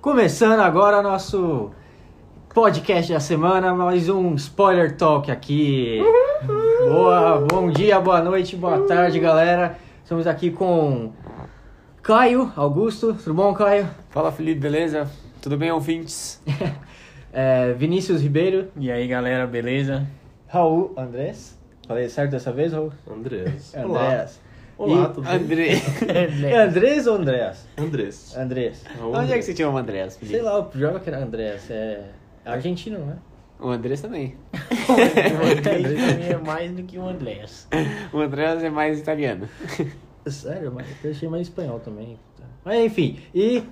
Começando agora nosso podcast da semana, mais um spoiler talk aqui. Boa, bom dia, boa noite, boa tarde, galera. Estamos aqui com Caio Augusto. Tudo bom, Caio? Fala Felipe, beleza? Tudo bem, ouvintes? É, Vinícius Ribeiro, E aí galera, beleza? Raul Andrés. Falei certo dessa vez, Raul? Andrés. É, Andrés. Olá, E- tudo bem? André. É Andrés ou Andrés? Andrés. Andrés. Raul Onde é que Andrés. você tinha o Andrés, Sei Felipe? lá, o joga que era Andrés. É argentino, né? O Andrés também. O Andrés pra mim é mais do que o Andrés. O Andrés é mais italiano. Sério, mas eu achei mais espanhol também. Mas enfim, e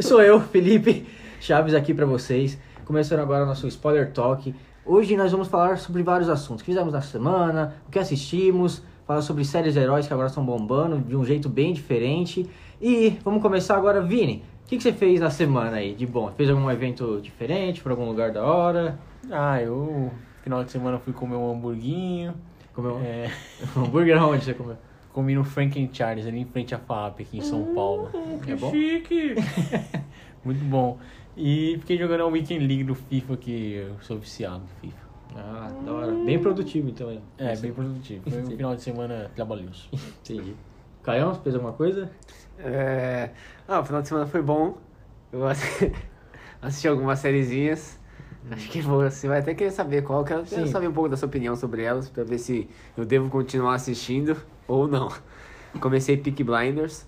sou eu, Felipe Chaves, aqui pra vocês. Começando agora o nosso spoiler talk. Hoje nós vamos falar sobre vários assuntos. O que fizemos na semana, o que assistimos, falar sobre séries de heróis que agora estão bombando de um jeito bem diferente. E vamos começar agora, Vini. O que, que você fez na semana aí de bom? Fez algum evento diferente, pra algum lugar da hora? Ah, eu final de semana fui comer um hamburguinho. Comeu é, um hambúrguer onde você comeu? comi no Frank and Charles ali em frente à FAP aqui em São Paulo. É bom? Hum, Chique. Muito bom. E fiquei jogando a Weekend League do FIFA que eu sou viciado do FIFA. Ah, da hora. Bem produtivo então, hein? É, bem produtivo. Foi um final de semana trabalhoso. Entendi. Caião, você fez alguma coisa? É... Ah, o final de semana foi bom. Eu ass- assisti algumas sériezinhas. Acho que você vai até querer saber qual. Quero, quero Sim. saber um pouco da sua opinião sobre elas, pra ver se eu devo continuar assistindo ou não. Comecei Peak Blinders.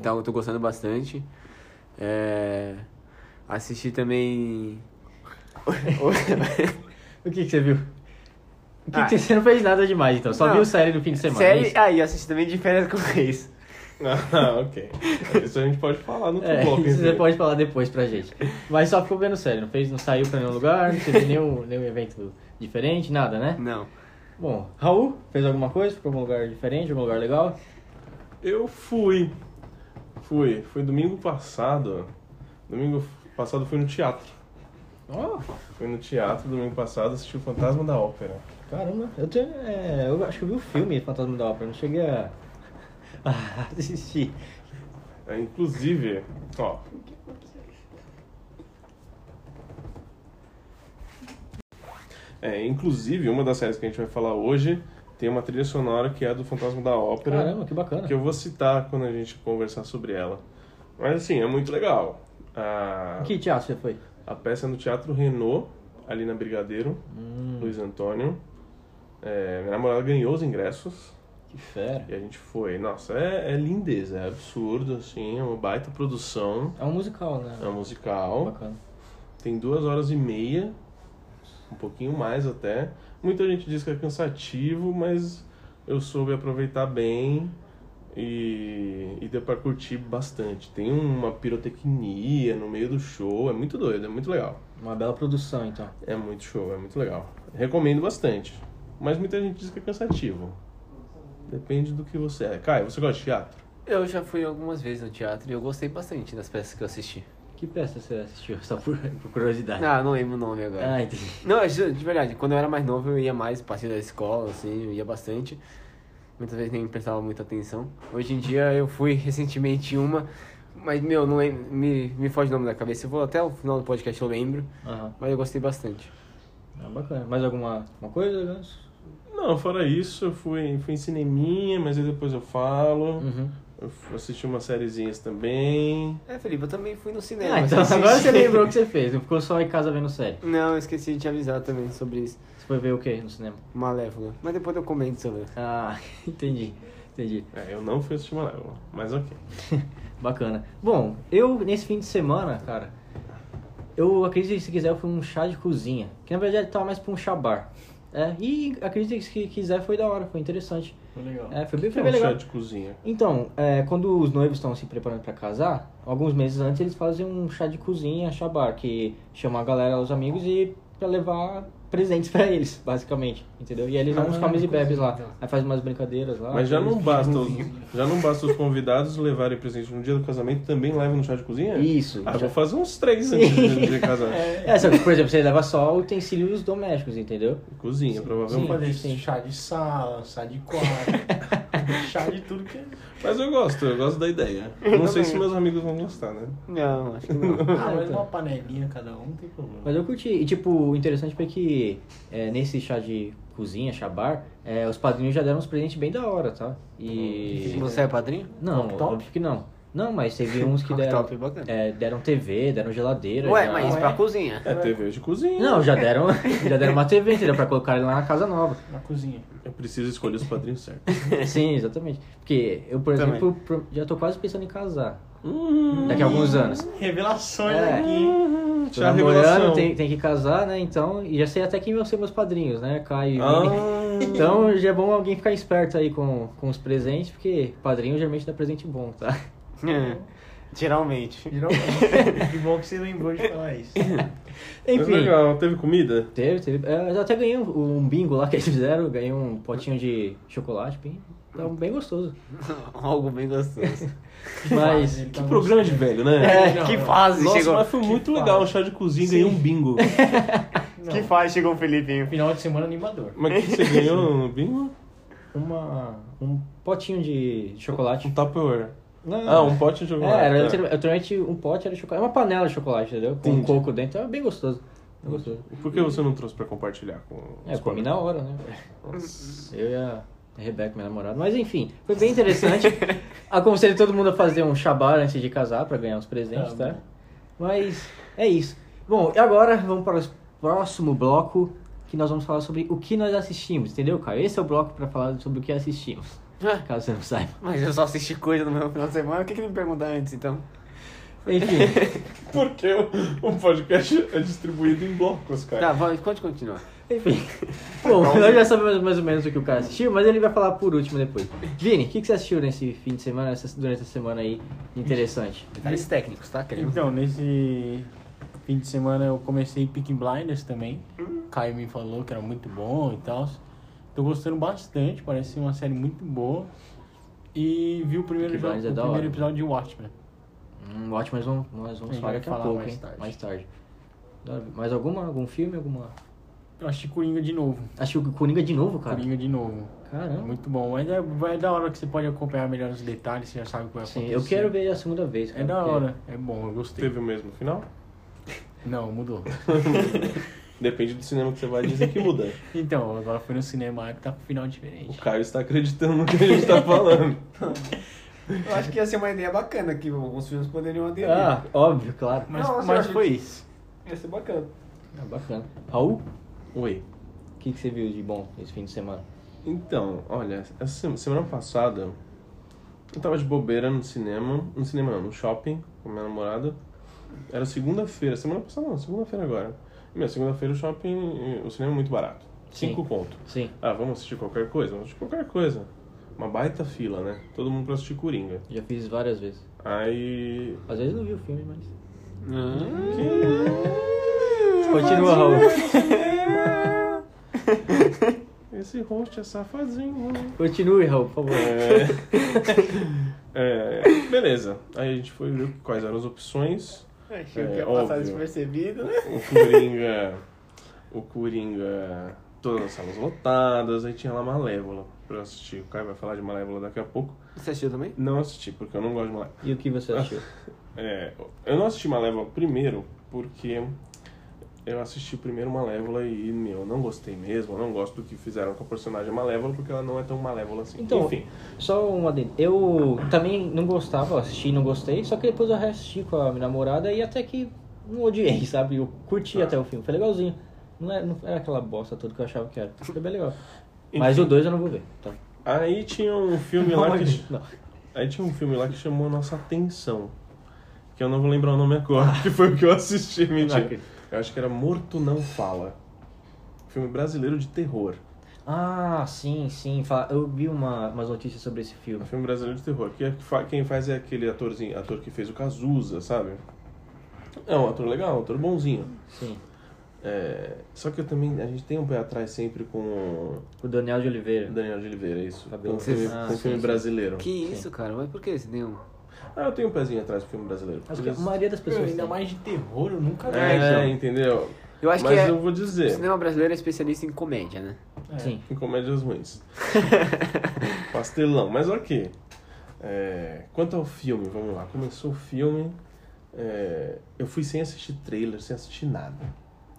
Então eu tô gostando bastante. É... Assisti também. O que, que você viu? O que Ah. que você- você não fez nada demais, então. Só Não. viu série no fim de semana. é Série. isso? Ah, e assisti também de férias com o ex. Ah, ok. Isso a gente pode falar no É, bloco, hein, isso você Felipe? pode falar depois pra gente. Mas só ficou vendo série, não fez, não saiu pra nenhum lugar, não teve nenhum, nenhum evento diferente, nada, né? Não. Bom, Raul, fez alguma coisa? Ficou em algum lugar diferente, algum lugar legal? Eu fui. Fui. Foi domingo passado. Domingo passado fui no teatro. Oh, Fui no teatro domingo passado assisti o Fantasma da Ópera. caramba, eu tenho. é, eu acho que eu vi o filme Fantasma da Ópera, não cheguei a. a assistir. É, inclusive, ó. É, inclusive, uma das séries que a gente vai falar hoje tem uma trilha sonora que é a do Fantasma da Ópera. Caramba, que bacana. que eu vou citar quando a gente conversar sobre ela. Mas assim, é muito legal. A, Que teatro você foi? a peça é no Teatro Renault, ali na Brigadeiro, Hum. Luiz Antônio. É, minha namorada ganhou os ingressos Que fera. e a gente foi. Nossa, é, é lindeza, é absurdo, assim, é uma baita produção. É um musical, né? É um musical, Bacana. tem duas horas e meia, um pouquinho mais até. Muita gente diz que é cansativo, mas eu soube aproveitar bem e, e deu pra curtir bastante. Tem uma pirotecnia no meio do show, é muito doido, é muito legal. Uma bela produção, então. É muito show, é muito legal. Recomendo bastante. Mas muita gente diz que é cansativo. Depende do que você é. Caio, você gosta de teatro? Eu já fui algumas vezes no teatro e eu gostei bastante das peças que eu assisti. Que peça você assistiu? Só por, por curiosidade. Ah, não lembro o nome agora. Ah, entendi. Não, é ju- de verdade, quando eu era mais novo eu ia mais a partir da escola, assim, eu ia bastante. Muitas vezes nem prestava muita atenção. Hoje em dia eu fui recentemente em uma, mas meu, não lembro, me, me foge o nome da cabeça. Eu vou até o final do podcast eu lembro, Aham. mas eu gostei bastante. Ah, bacana. Mais alguma uma coisa, Ganso? Não, fora isso, eu fui, fui em cineminha, mas aí depois eu falo. Uhum. Eu f- assisti umas sériezinhas também. É, Felipe, eu também fui no cinema. Ah, então assisti- agora você lembrou o que você fez. Não ficou só em casa vendo série. Não, eu esqueci de te avisar também sobre isso. Você foi ver o quê no cinema? Malévola. Mas depois eu comento sobre. Ah, entendi. Entendi. É, eu não fui assistir Malévola, mas ok. Bacana. Bom, eu, nesse fim de semana, cara, eu acredito que se quiser foi um chá de cozinha. Que na verdade tava mais pra um chá bar. É, e acredito que se quiser foi da hora, foi interessante. Foi legal. É, foi bem, Que foi é bem um legal. chá de cozinha. Então, é, quando os noivos estão se preparando para casar, alguns meses antes eles fazem um chá de cozinha, chá bar, que chama a galera, os amigos e para levar presentes para eles, basicamente, entendeu? E aí eles vão Ah, nos comes e cozinha, bebes lá, então. aí faz umas brincadeiras lá. mas já tudo não, basta os, já não basta os convidados levarem presente no dia do casamento, também levam no chá de cozinha? Isso. Ah, já- vou fazer uns três antes do dia do casamento. É, só que, por exemplo, você leva só utensílios domésticos, entendeu? Cozinha, Vamos Sim. provavelmente. fazer chá de sala, chá de quarto. Chá de tudo que é. Mas eu gosto, eu gosto da ideia. Não sei se meus amigos vão gostar, né? Não, acho que não. Ah, mas então. uma panelinha cada um, não tem problema. Mas eu curti. E, tipo, o interessante foi que é, nesse chá de cozinha, chá bar, é, os padrinhos já deram uns presentes bem da hora, tá? E. Você é padrinho? Não, Top, top? óbvio que não. Não, mas teve uns que Top, deram. top, bacana. é, deram TV, deram geladeira. Ué, já. mas pra cozinha. É TV de cozinha. Não, já deram, já deram uma TV, entendeu? Pra colocar ele lá na casa nova. Na cozinha. Eu preciso escolher os padrinhos certos. Sim, exatamente. Porque eu, por Também. exemplo, pro- já tô quase pensando em casar. Hum. Daqui a alguns anos. Hum, Revelações É. aqui. Tô Tchau, namorando, revelação. tem, tem que casar, né? Então, e já sei até quem vão ser meus padrinhos, né? Caio e Vini. Ah, Então já é bom alguém ficar esperto aí com, com os presentes, porque padrinho geralmente dá presente bom, tá? É, Geralmente. que bom que você lembrou de falar isso. mas Enfim. É legal, teve comida? Teve, teve. É, Eu até ganhei um, um bingo lá que eles fizeram, ganhei um potinho de chocolate, bem, tá bem gostoso. Algo bem gostoso. Mas. Ele tá Que programa de gostando. velho, né? É, que fase Nossa, chegou. mas foi muito legal, um chá de cozinha, ganhei um bingo. Não, Que fase chegou o Felipinho. Final de semana animador. Mas o é que você ganhou no bingo? uma, um potinho de chocolate. Um Tupperware. Não, Ah, um pote de é, chocolate. era tá. literalmente- literalmente um pote era de chocolate. Uma panela de chocolate, entendeu? Com Entendi. Hum, coco dentro. Era bem gostoso. É gostoso. Por que você não trouxe pra compartilhar com É, os eu comi colegas? na hora, né? Nossa. Eu e a Rebeca, minha namorada. Mas enfim, foi bem interessante. Aconselho todo mundo a fazer um shabar antes de casar pra ganhar uns presentes, Tá tá? bom. Mas é isso. Bom, e agora vamos para o próximo bloco que nós vamos falar sobre o que nós assistimos, entendeu, Caio? Esse é o bloco pra falar sobre o que assistimos, Ah, caso você não saiba. Mas eu só assisti coisa no meu final de semana. O que, que ele me pergunta antes, então? Enfim. Porque o o podcast é distribuído em blocos, cara. Tá, vai, pode continuar. Enfim. Tá Bom, Tá. nós já sabemos mais ou menos o que o cara assistiu, mas ele vai falar por último depois. Vini, o que, que você assistiu nesse fim de semana, essa- durante essa semana aí interessante? Detalhes técnicos, tá? Queremos. Então, nesse fim de semana eu comecei Picking Blinders também. Caio me falou que era muito bom e tal. Tô gostando bastante, parece ser uma série muito boa. E vi o primeiro, Peaky jo- Blinders é o da primeiro hora. episódio de Watchmen. Hum, ótimo, mas vamos, nós A vamos gente falar vai daqui a falar pouco, mais hein? tarde. Mais tarde. Da hora. Mais alguma? Algum filme? Alguma. Eu achei Coringa de novo. Assistiu o Coringa de novo, cara? Coringa de novo. Tá. Caramba. Muito bom. Mas é, é da hora que você pode acompanhar melhor os detalhes, você já sabe o que vai Sim, acontecer. eu quero ver a segunda vez. cara, É da porque- hora, é bom, eu gostei. Teve o mesmo final? Não, mudou. Depende do cinema que você vai dizer que muda. Então, agora foi no cinema é que tá com final O diferente. Caio está acreditando no que a gente tá falando. Eu acho que ia ser uma ideia bacana que alguns filmes poderiam aderir. Ah, óbvio, claro. Mas, Nossa, eu mas achei- foi isso. Ia ser bacana. Ah, bacana. Raul, Oi. o que, que você viu de bom esse fim de semana? Então, olha, essa sema- semana passada eu tava de bobeira no cinema. No cinema não, no shopping com minha namorada. Era segunda-feira, semana passada não, segunda-feira agora. Minha segunda-feira o shopping, o cinema é muito barato. Sim. Cinco conto. Sim. Ah, vamos assistir qualquer coisa? Vamos assistir qualquer coisa. Uma baita fila, né? Todo mundo pra assistir Coringa. Já fiz várias vezes. Aí. Às vezes não vi o filme, mas. Ah. Continua, Raul. Esse host é safadinho. Continue, Raul, por favor. É... É, beleza. Aí a gente foi ver quais eram as opções. Achei É, que ia passar óbvio. despercebido, né? O Coringa. o Coringa. Todas as salas lotadas. Aí tinha lá Malévola pra eu assistir. O Caio vai falar de Malévola daqui a pouco. Você assistiu também? Não assisti, porque eu não gosto de Malévola. E o que você achou? É, eu não assisti Malévola primeiro porque eu assisti primeiro Malévola e, meu, eu não gostei mesmo. Eu não gosto do que fizeram com a personagem Malévola porque ela não é tão Malévola assim. Então, Enfim, Só um adendo. Eu também não gostava, assisti e não gostei, só que depois eu assisti com a minha namorada e até que não odiei, sabe? Eu curti Ah. até o filme, foi legalzinho. Não era, não era aquela bosta toda que eu achava que era. Foi bem legal. Enfim. Mas o 2 eu não vou ver. Tá. aí tinha um filme lá que. Não. Aí tinha um filme lá que chamou a nossa atenção. Que eu não vou lembrar o nome agora, que foi o que eu assisti, mentira. acredito. Eu acho que era Morto Não Fala. Filme brasileiro de terror. Ah, sim, sim. Fa- Eu vi uma, umas notícias sobre esse filme. Filme brasileiro de terror. Que é- que fa- quem faz é aquele atorzinho, ator que fez o Cazuza, sabe? É um ator legal, um ator bonzinho. Sim. É, só que eu também, a gente tem um pé atrás sempre com o O Daniel de Oliveira. Daniel de Oliveira, é isso. Cabelo Com filme, Ah, com sim, filme sim. brasileiro. Que isso, cara? Mas por que esse nenhum? Ah, eu tenho um pezinho atrás do filme brasileiro. Acho que é a maioria das Meu, pessoas. ainda tem. mais de terror, eu nunca vi. É, É, então. entendeu? Eu acho Mas que é- eu vou o dizer. cinema brasileiro é especialista em comédia, né? Sim. em comédias ruins. Pastelão, mas ok. É, quanto ao filme, vamos lá. Começou o filme, é, eu fui sem assistir trailer, sem assistir nada.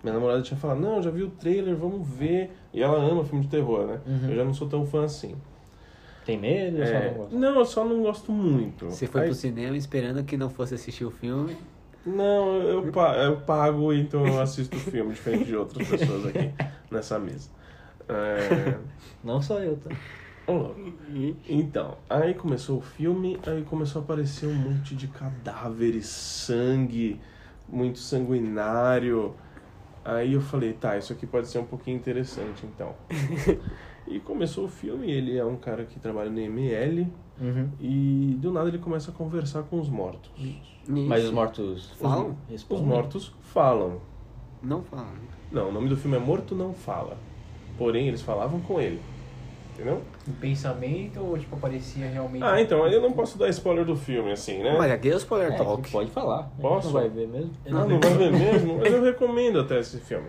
Minha namorada tinha falado, não, já vi o trailer, vamos ver. E ela ama filme de terror, né? Uhum. Eu já não sou tão fã assim. Tem medo? ou só É, não gosta? não, eu só não gosto muito. Você foi Aí- pro cinema esperando que não fosse assistir o filme. Não, eu, pa- eu pago, então eu assisto o filme, diferente de outras pessoas aqui nessa mesa. É... Não só eu, tá? Ô, louco. Então, aí começou o filme, aí começou a aparecer um monte de cadáveres, sangue, muito sanguinário. Aí eu falei, tá, isso aqui pode ser um pouquinho interessante, então. e começou o filme, ele é um cara que trabalha no ML, Uhum. e do nada ele começa a conversar com os mortos. Mas os mortos Falam? Os respondem? mortos falam. Não né? falam. Não, o nome do filme é Morto Não Fala. Porém, eles falavam com ele. Entendeu? Um pensamento ou, tipo, aparecia realmente... Ah, então, eu não posso dar spoiler do filme, assim, né? Mas aqui é o spoiler É, talk. pode falar. A gente Posso? Não vai ver mesmo? Ah, não vai ver mesmo? Mas eu recomendo até esse filme.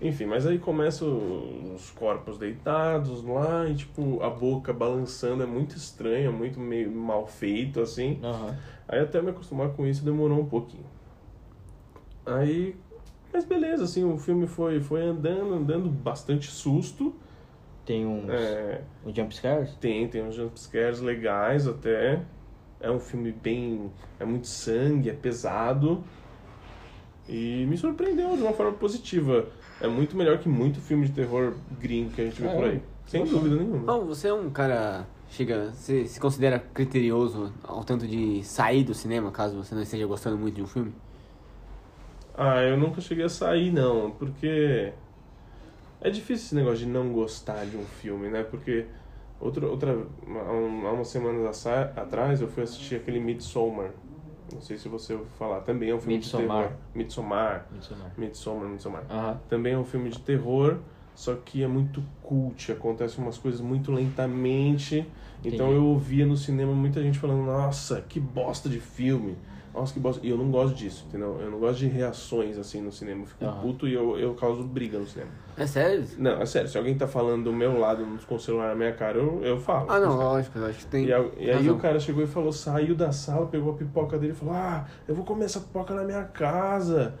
Enfim, mas aí começa o- os corpos deitados lá e, tipo, a boca balançando é muito estranho, é muito meio mal feito, assim. Aham. Aí até me acostumar com isso demorou um pouquinho. Aí, mas beleza, assim, o filme foi, foi andando, andando bastante susto. Tem uns, É, uns jump scares? tem, tem uns jumpscares legais até. É um filme bem. É muito sangue, é pesado. E me surpreendeu de uma forma positiva. É muito melhor que muito filme de terror gringo que a gente vê Ah, por é? aí. Sem Nossa. dúvida nenhuma. Bom, você é um cara. Chega, você se considera criterioso ao tanto de sair do cinema, caso você não esteja gostando muito de um filme? Ah, eu nunca cheguei a sair, não, porque. É difícil esse negócio de não gostar de um filme, né? Porque outro, outra, uma- um- há umas semanas assa- atrás eu fui assistir aquele Midsommar. Não sei se você ouviu falar. Também é um filme Midsommar. de terror. Midsommar. Midsommar. Midsommar, Midsommar. Aham. Também é um filme de terror, só que é muito cult, acontece umas coisas muito lentamente. Então Entendi. eu ouvia no cinema muita gente falando: "Nossa, que bosta de filme". Nossa, que bosta. E eu não gosto disso, entendeu? Eu não gosto de reações assim no cinema. Eu fico Aham. puto e eu, eu causo briga no cinema. É sério? Não, é sério, se alguém tá falando do meu lado com o celular na minha cara, eu, eu falo. Ah, não, lógico, eu acho que tem. E, a- e aí razão. o cara chegou e falou, saiu da sala, pegou a pipoca dele e falou, ah, eu vou comer essa pipoca na minha casa.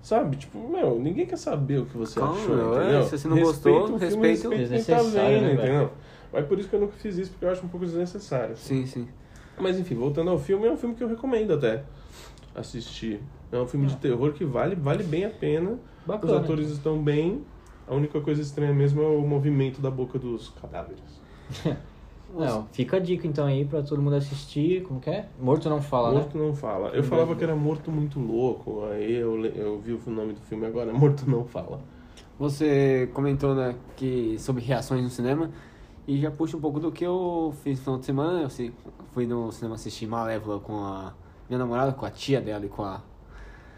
Sabe, tipo, meu, ninguém quer saber o que você Calma, achou, é, entendeu? se você não Respeita gostou, o filme, respeita o- respeita quem tá Desnecessário, vendo, né, velho? entendeu? Mas por isso que eu nunca fiz isso, porque eu acho um pouco desnecessário. assim. Sim, sim. Mas enfim, voltando ao filme, é um filme que eu recomendo até assistir. É um filme de Tá. terror que vale, vale bem a pena. Bacana. Os atores estão bem. A única coisa estranha mesmo é o movimento da boca dos cadáveres. Não, fica a dica então aí pra todo mundo assistir. Como que é? Morto não fala, né? Morto não fala. Eu falava que era Morto Muito Louco, aí eu, le- eu vi o nome do filme agora, Morto Não Fala. Você comentou né, que sobre reações no cinema e já puxa um pouco do que eu fiz no final de semana. Eu se- fui no cinema assistir Malévola com a minha namorada, com a tia dela e com a,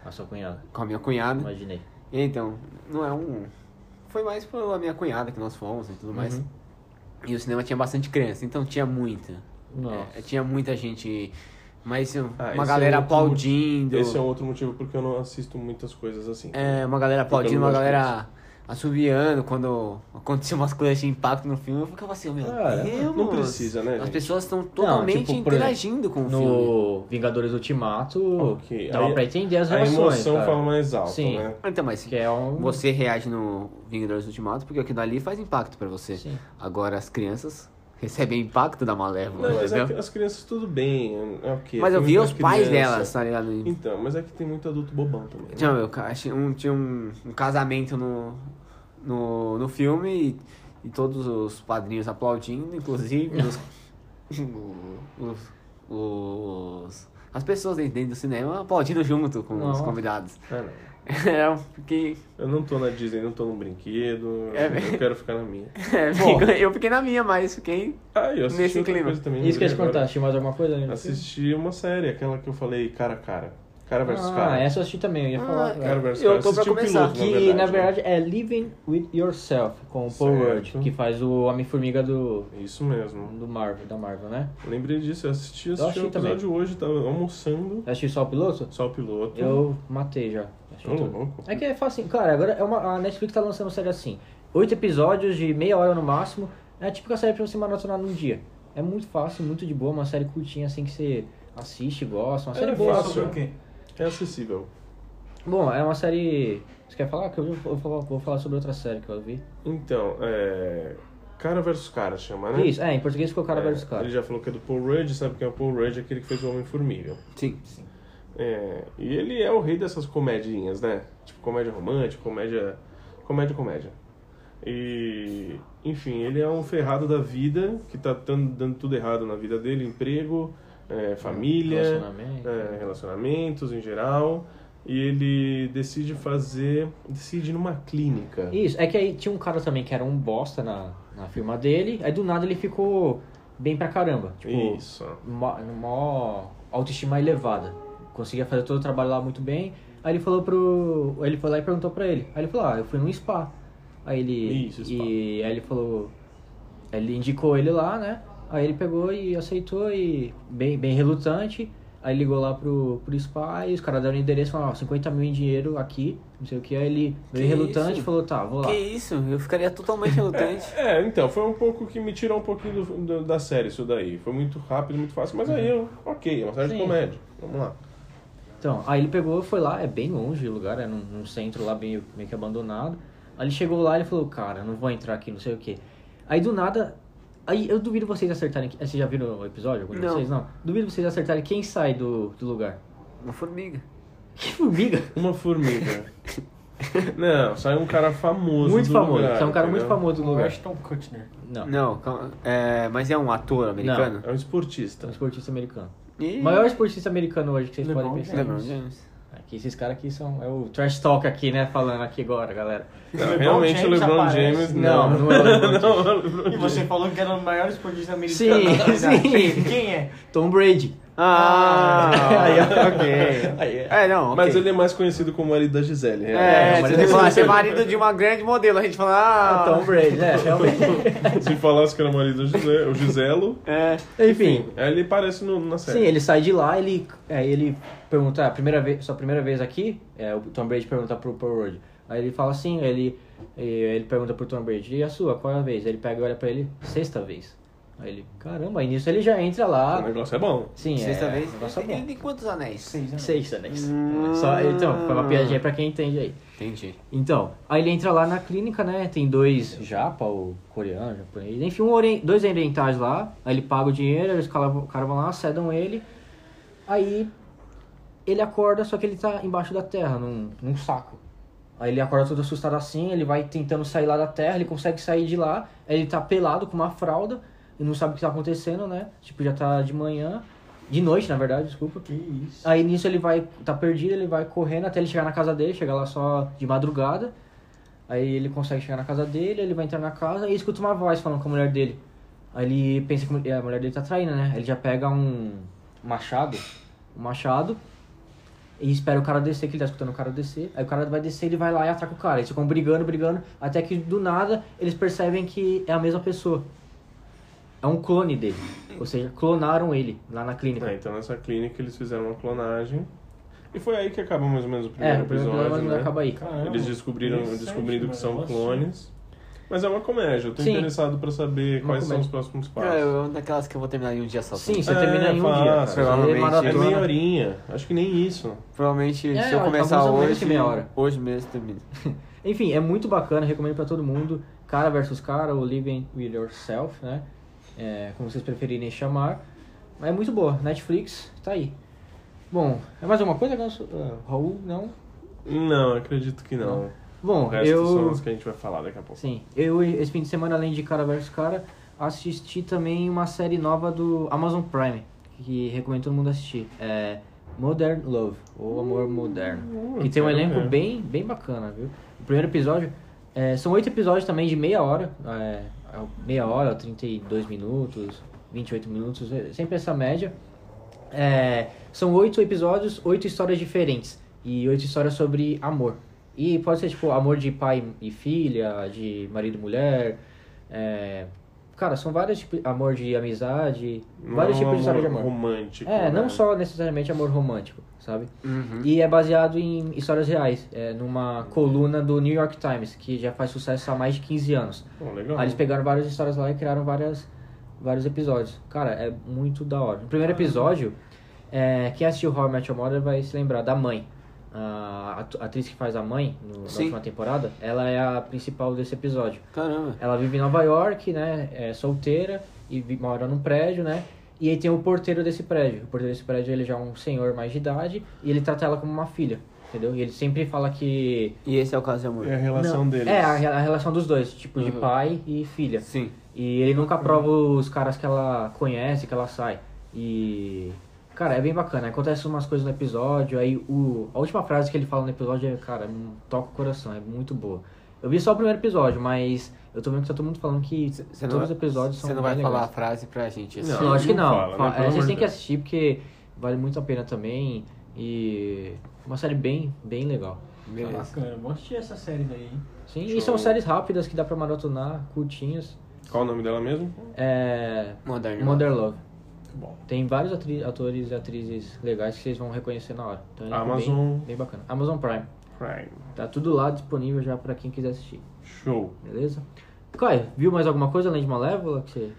A sua cunhada. com a minha Ah, né? cunhada. Imaginei. E então, não é um. Foi mais pela minha cunhada que nós fomos e tudo mais. Uhum. E o cinema tinha bastante criança, então tinha muita. Nossa. É, tinha muita gente. Mas Ah, esse é uma galera outro motivo. aplaudindo. Esse é um outro motivo porque eu não assisto muitas coisas assim. É, uma galera Porque eu aplaudindo, não uma gosto galera assobiando quando aconteceu umas coisas de impacto no filme. Eu ficava assim, meu Cara, Deus. não precisa, né, As gente? pessoas estão Não, totalmente tipo, por interagindo com o filme. No Vingadores Ultimato, Ok, dava aí- pra entender as a reações. emoção cara. fala mais alto, Sim. né? Então, mas Que é um... você reage no Vingadores Ultimato porque aquilo ali faz impacto pra você. Sim. Agora as crianças recebem impacto da Malévola, Não, mas é entendeu? que as crianças tudo bem, é ok. Mas é eu filme vi pra os pais criança. delas, tá ligado? E- Então, mas é que tem muito adulto bobão também. né? Tinha, meu, ca- tinha um, tinha um, um casamento no, no, no filme e, e todos os padrinhos aplaudindo, inclusive os, os, os- as pessoas dentro, dentro do cinema aplaudindo junto com os Nossa. convidados. É um Ah, não. Era porque Eu não tô na Disney, não tô num brinquedo, É, eu quero ficar na minha. eu é, fiquei na minha, mas fiquei. Ah, eu assisti Nesse outra clima. coisa também. Isso que eu ia te lembrei perguntar, agora. assistiu mais alguma coisa? Né? Assisti uma série, aquela que eu falei cara a cara. Cara versus ah, cara. essa eu assisti também, eu ia falar. Ah, Cara versus Eu cara. tô pra Assisti o começar. piloto, que, na né? verdade, é Living With Yourself, com o Paul Certo. Rudd, que faz o Homem-Formiga do, É Isso mesmo. do Marvel, da Marvel, né? Lembrei disso, eu assisti, assisti achei o episódio hoje, tava almoçando, Eu assisti só o piloto? só o piloto. Eu matei já. Assisti Ô, tudo. louco. É que é fácil, cara, agora é uma, a Netflix tá lançando série assim. oito episódios de meia hora no máximo. É a típica série pra você maratonar num dia. É muito fácil, muito de boa, uma série curtinha assim que você assiste, gosta, uma série É boa. fácil. Sobre o quê? É acessível. Bom, é uma série. Você quer falar? Que eu vou, vou- vou falar sobre outra série que eu vi. Então, é. Cara versus cara chama, né? Isso, é, em português ficou cara É, versus Ele cara. já falou que é do Paul Rudd, sabe quem é o Paul Rudd? Aquele que fez o Homem-Formiga. Sim. É, e ele é o rei dessas comedinhas, né? Tipo, comédia romântica, comédia... Comédia, comédia. E... Enfim, ele é um ferrado da vida, que tá tan- dando tudo errado na vida dele. Emprego, é, família... Relacionamento. é, relacionamentos em geral. E ele decide fazer... Decide ir numa clínica. Isso, é que aí tinha um cara também que era um bosta na, na firma dele, aí do nada ele ficou bem pra caramba. Tipo, Isso. mó- mó autoestima elevada. Conseguia fazer todo o trabalho lá muito bem. Aí ele falou pro. Ele foi lá e perguntou pra ele. Aí ele falou, ah, eu fui num spa. Aí ele. Isso, spa. e aí ele falou. Ele indicou ele lá, né? Aí ele pegou e aceitou e bem, bem relutante. Aí ligou lá pro, pro spa e os caras deram o endereço falaram, ó, 50 mil em dinheiro aqui, não sei o que. Aí ele bem Que relutante isso? falou, tá, vou lá. Que isso, eu ficaria totalmente relutante. É, então, foi um pouco que me tirou um pouquinho do- do- da série isso daí. Foi muito rápido, muito fácil, mas aí eu, ok, é uma série de Uhum. Sim. comédia. Vamos lá. Então, aí ele pegou, foi lá, é bem longe o lugar, é num, num centro lá meio, meio que abandonado. Aí ele chegou lá e falou, cara, não vou entrar aqui, não sei o quê. Aí do nada, aí eu duvido vocês acertarem, eh, vocês já viram o episódio? Algum de Não. vocês? Não. Duvido vocês acertarem quem sai do, do lugar. Uma formiga. Que formiga! Uma formiga. Não, saiu um cara famoso. Muito do famoso, lugar, é um cara muito entendeu? famoso do lugar. Ashton Kutcher. Não, Não, calma. É, mas é um ator americano? É um é um esportista. esportista americano. E... O maior esportista americano hoje que vocês LeBron podem pensar. LeBron James. Aqui, esses caras aqui são, é o trash talk aqui, né, falando aqui agora, galera. Não, LeBron realmente James o LeBron aparece. James. Não, Não, não é o LeBron Não, é o LeBron E James. você falou que era um o maior esportista americano. Sim, da cidade. sim. Quem é? Tom Brady. Ah, Aí, ok. É, não, Mas ok. ele é mais conhecido como marido da Gisele. É, É, mas você ele tem que falar, é- você é marido de uma grande modelo. A gente fala, ah, Tom Brady, é, realmente. Se falasse que era marido da Gisele, o Giselo. É, Enfim, Aí ele aparece no- na série. Sim, ele sai de lá, ele, aí ele pergunta, "Ah, primeira vez, sua primeira vez aqui? É, o Tom Brady pergunta pro Paul Rudd. Aí ele fala assim, ele, e- ele pergunta pro Tom Brady, e a sua, qual é a vez? Aí ele pega e olha pra ele, sexta vez. Aí ele, caramba, aí nisso ele já entra O lá. negócio é bom. Sim, sexta é, vez. o negócio é Ele bom. tem quantos anéis? Seis, né? Sexta, né? Hum. Só, então, foi uma piadinha pra quem entende aí. Entendi. Então, aí ele entra lá na clínica, né? Tem dois japa, ou coreano, japonês, enfim, um orien- dois orientais lá. Aí ele paga o dinheiro, aí os caras cara vão lá, cedam ele. Aí ele acorda, só que ele tá embaixo da terra, num, num saco. Aí ele acorda todo assustado assim, ele vai tentando sair lá da terra, ele consegue sair de lá. Aí ele tá pelado com uma fralda, e não sabe o que tá acontecendo, né? Tipo, já tá de manhã, de noite, na verdade, desculpa. Que isso? Aí nisso ele vai, tá perdido, ele vai correndo até ele chegar na casa dele, chegar lá só de madrugada. Aí ele consegue chegar na casa dele, ele vai entrar na casa e escuta uma voz falando com a mulher dele. Aí ele pensa que a mulher dele tá traindo, né? Ele já pega um machado, um machado, e espera o cara descer, que ele tá escutando o cara descer. Aí o cara vai descer, ele vai lá e ataca o cara. Eles ficam brigando, brigando, até que do nada eles percebem que é a mesma pessoa. É um clone dele. Ou seja, clonaram ele lá na clínica. É, então nessa clínica eles fizeram uma clonagem. E foi aí que acaba mais ou menos o É, primeiro o primeiro episódio. episódio né? acaba aí. né? Caramba. Eles descobriram, Interessante, descobrindo mano, que são eu gosto. clones. Mas é uma comédia, eu tô Sim. interessado pra saber Uma quais são comédia. os próximos É, passos. eu, daquelas que eu vou terminar em um dia só. Sim, É, você termina em um fácil. dia. Você Provavelmente. É maratona. meia horinha, acho que nem isso. Provavelmente, É, se eu começar alguns a menos hoje, que meia hora. hoje mesmo termina. Enfim, é muito bacana, recomendo pra todo mundo. Cara versus cara, ou Living With Yourself, né? É, como vocês preferirem chamar. Mas é muito boa, Netflix, tá aí. Bom, é mais alguma coisa, Ganso? Ah, Raul? Não? Não, acredito que não. O Bom, resto são eu... os que a gente vai falar daqui a um pouco. Sim, eu esse fim de semana, além de Cara versus Cara, assisti também uma série nova do Amazon Prime, que recomendo todo mundo assistir. É Modern Love, ou Amor Moderno. hum, Que tem um quero elenco ver. bem, bem bacana, viu? O primeiro episódio. é, são oito episódios também de meia hora. É, meia hora, 32 minutos, 28 minutos, é, sempre essa média. É, são oito episódios, oito histórias diferentes. E oito histórias sobre amor. E pode ser, tipo, amor de pai e filha, de marido e mulher. é, cara, são vários tipos de amor de amizade, Não vários é um tipos de história de amor. romântico. É, né? Hum. não só necessariamente amor romântico, sabe? Uhum. E é baseado em histórias reais, é, numa coluna do New York Times, que já faz sucesso há mais de 15 anos. Pô, legal. Aí eles pegaram várias histórias lá e criaram várias, vários episódios. Cara, é muito da hora. No primeiro episódio, é, quem assistiu How I Met Your Mother vai se lembrar da mãe. A atu- a atriz que faz a mãe no- na Sim. última temporada, ela é a principal desse episódio. Caramba. Ela vive em Nova York, né? É solteira e vi- mora num prédio, né? E aí tem o porteiro desse prédio. O porteiro desse prédio ele já é um senhor mais de idade e ele trata ela como uma filha, entendeu? E ele sempre fala que E esse é o caso de amor? É a relação Não, deles. É, a, re- a relação dos dois, tipo de Uhum. pai e filha. Sim. E ele nunca aprova os caras que ela conhece, que ela sai. E. Cara, é bem bacana. Acontece umas coisas no episódio, aí o. A última frase que ele fala no episódio é, cara, hum, toca o coração, é muito boa. Eu vi só o primeiro episódio, mas eu tô vendo que tá todo mundo falando que Você todos os episódios são Você não vai bem falar a legais. frase pra gente. assim. Não, Não, acho que não. fala, né? Fa- Pelo é, amor vocês de têm que Deus. assistir porque vale muito a pena também. E. Uma série bem, bem legal. Beleza. Tá Bacana, vou assistir essa série daí, hein? Sim, Show. e são séries rápidas que dá pra maratonar, curtinhas. Qual o nome dela mesmo? É. Modern. Modern Love. Bom. Tem vários atri- atores e atrizes legais que vocês vão reconhecer na hora. Então, ele é Amazon. Bem, bem bacana. Amazon Prime. Prime. Tá tudo lá disponível já pra quem quiser assistir. Show. Beleza? Caio, viu mais alguma coisa além de Malévola que você,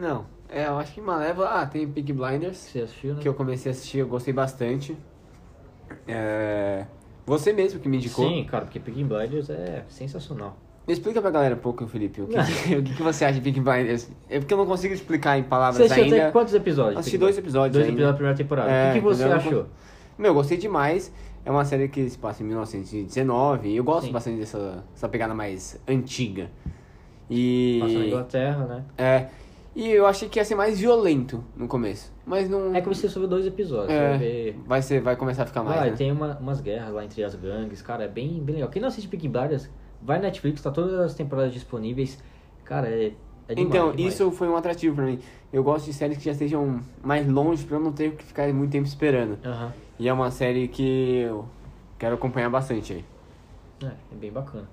Não. É, eu acho que Malévola. Ah, tem Pig Blinders. que você assistiu, né? que eu comecei a assistir, eu gostei bastante. É, Você mesmo que me indicou. Sim, cara, porque Peaky Blinders é sensacional. Me explica pra galera um pouco, Felipe, o que, o que que você acha de Big Blinders? É porque eu não consigo explicar em Você palavras assistiu Ah, ainda. até quantos episódios? Assisti Peaky dois Blinders? episódios Dois ainda. episódios da primeira temporada. É, o que, que você entendeu? achou? Meu, eu gostei demais. É uma série que se passa em 1919 e eu gosto Sim. bastante dessa, dessa pegada mais antiga. E. Passa na Inglaterra, né? é. E eu achei que ia ser mais violento no começo. Mas não. É que você só viu dois episódios. Você É, vai ver... vai, ser, vai começar a ficar mais. Ah, e né? tem uma- umas guerras lá entre as gangues, cara, é bem, bem legal. Quem não assiste Peaky Blinders, vai na Netflix, tá todas as temporadas disponíveis. Cara, é, é demais, Então, demais. isso foi um atrativo pra mim. Eu gosto de séries que já estejam mais longe pra eu não ter que ficar muito tempo esperando. Aham, E é uma série que eu quero acompanhar bastante aí. é, é bem bacana.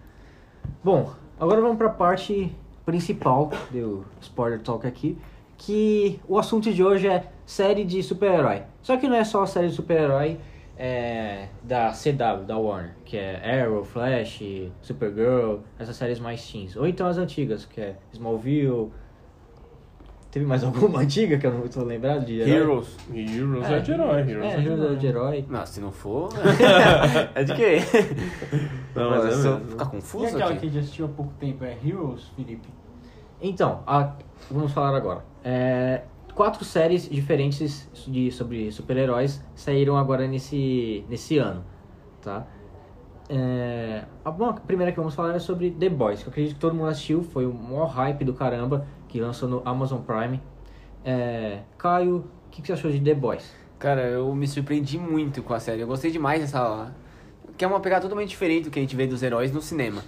Bom, agora vamos pra parte principal do Spoiler Talk aqui, que o assunto de hoje é série de super-herói. Só que não é só a série de super-herói é, da CW, da Warner, que é Arrow, Flash, Supergirl, essas séries mais teens. Ou então as antigas, que é Smallville... Teve mais alguma antiga que eu não tô lembrado de herói? Heroes. Heroes é, de herói. Heroes é, é de Heroes é de herói. Não, se não for. é de quê? Não, mas é Se eu mesmo. ficar E confuso aquela aqui. que a gente assistiu há pouco tempo, é Heroes, Felipe? Então, a- vamos falar agora. É, quatro séries diferentes de, sobre super-heróis saíram agora nesse, nesse ano, tá? É, a, bom, a primeira que vamos falar é sobre The Boys, que eu acredito que todo mundo assistiu, foi o maior hype do caramba, que lançou no Amazon Prime. É, Caio, o que, que você achou de The Boys? Cara, eu me surpreendi muito com a série. Eu gostei demais dessa. Que é uma pegada totalmente diferente do que a gente vê dos heróis no cinema.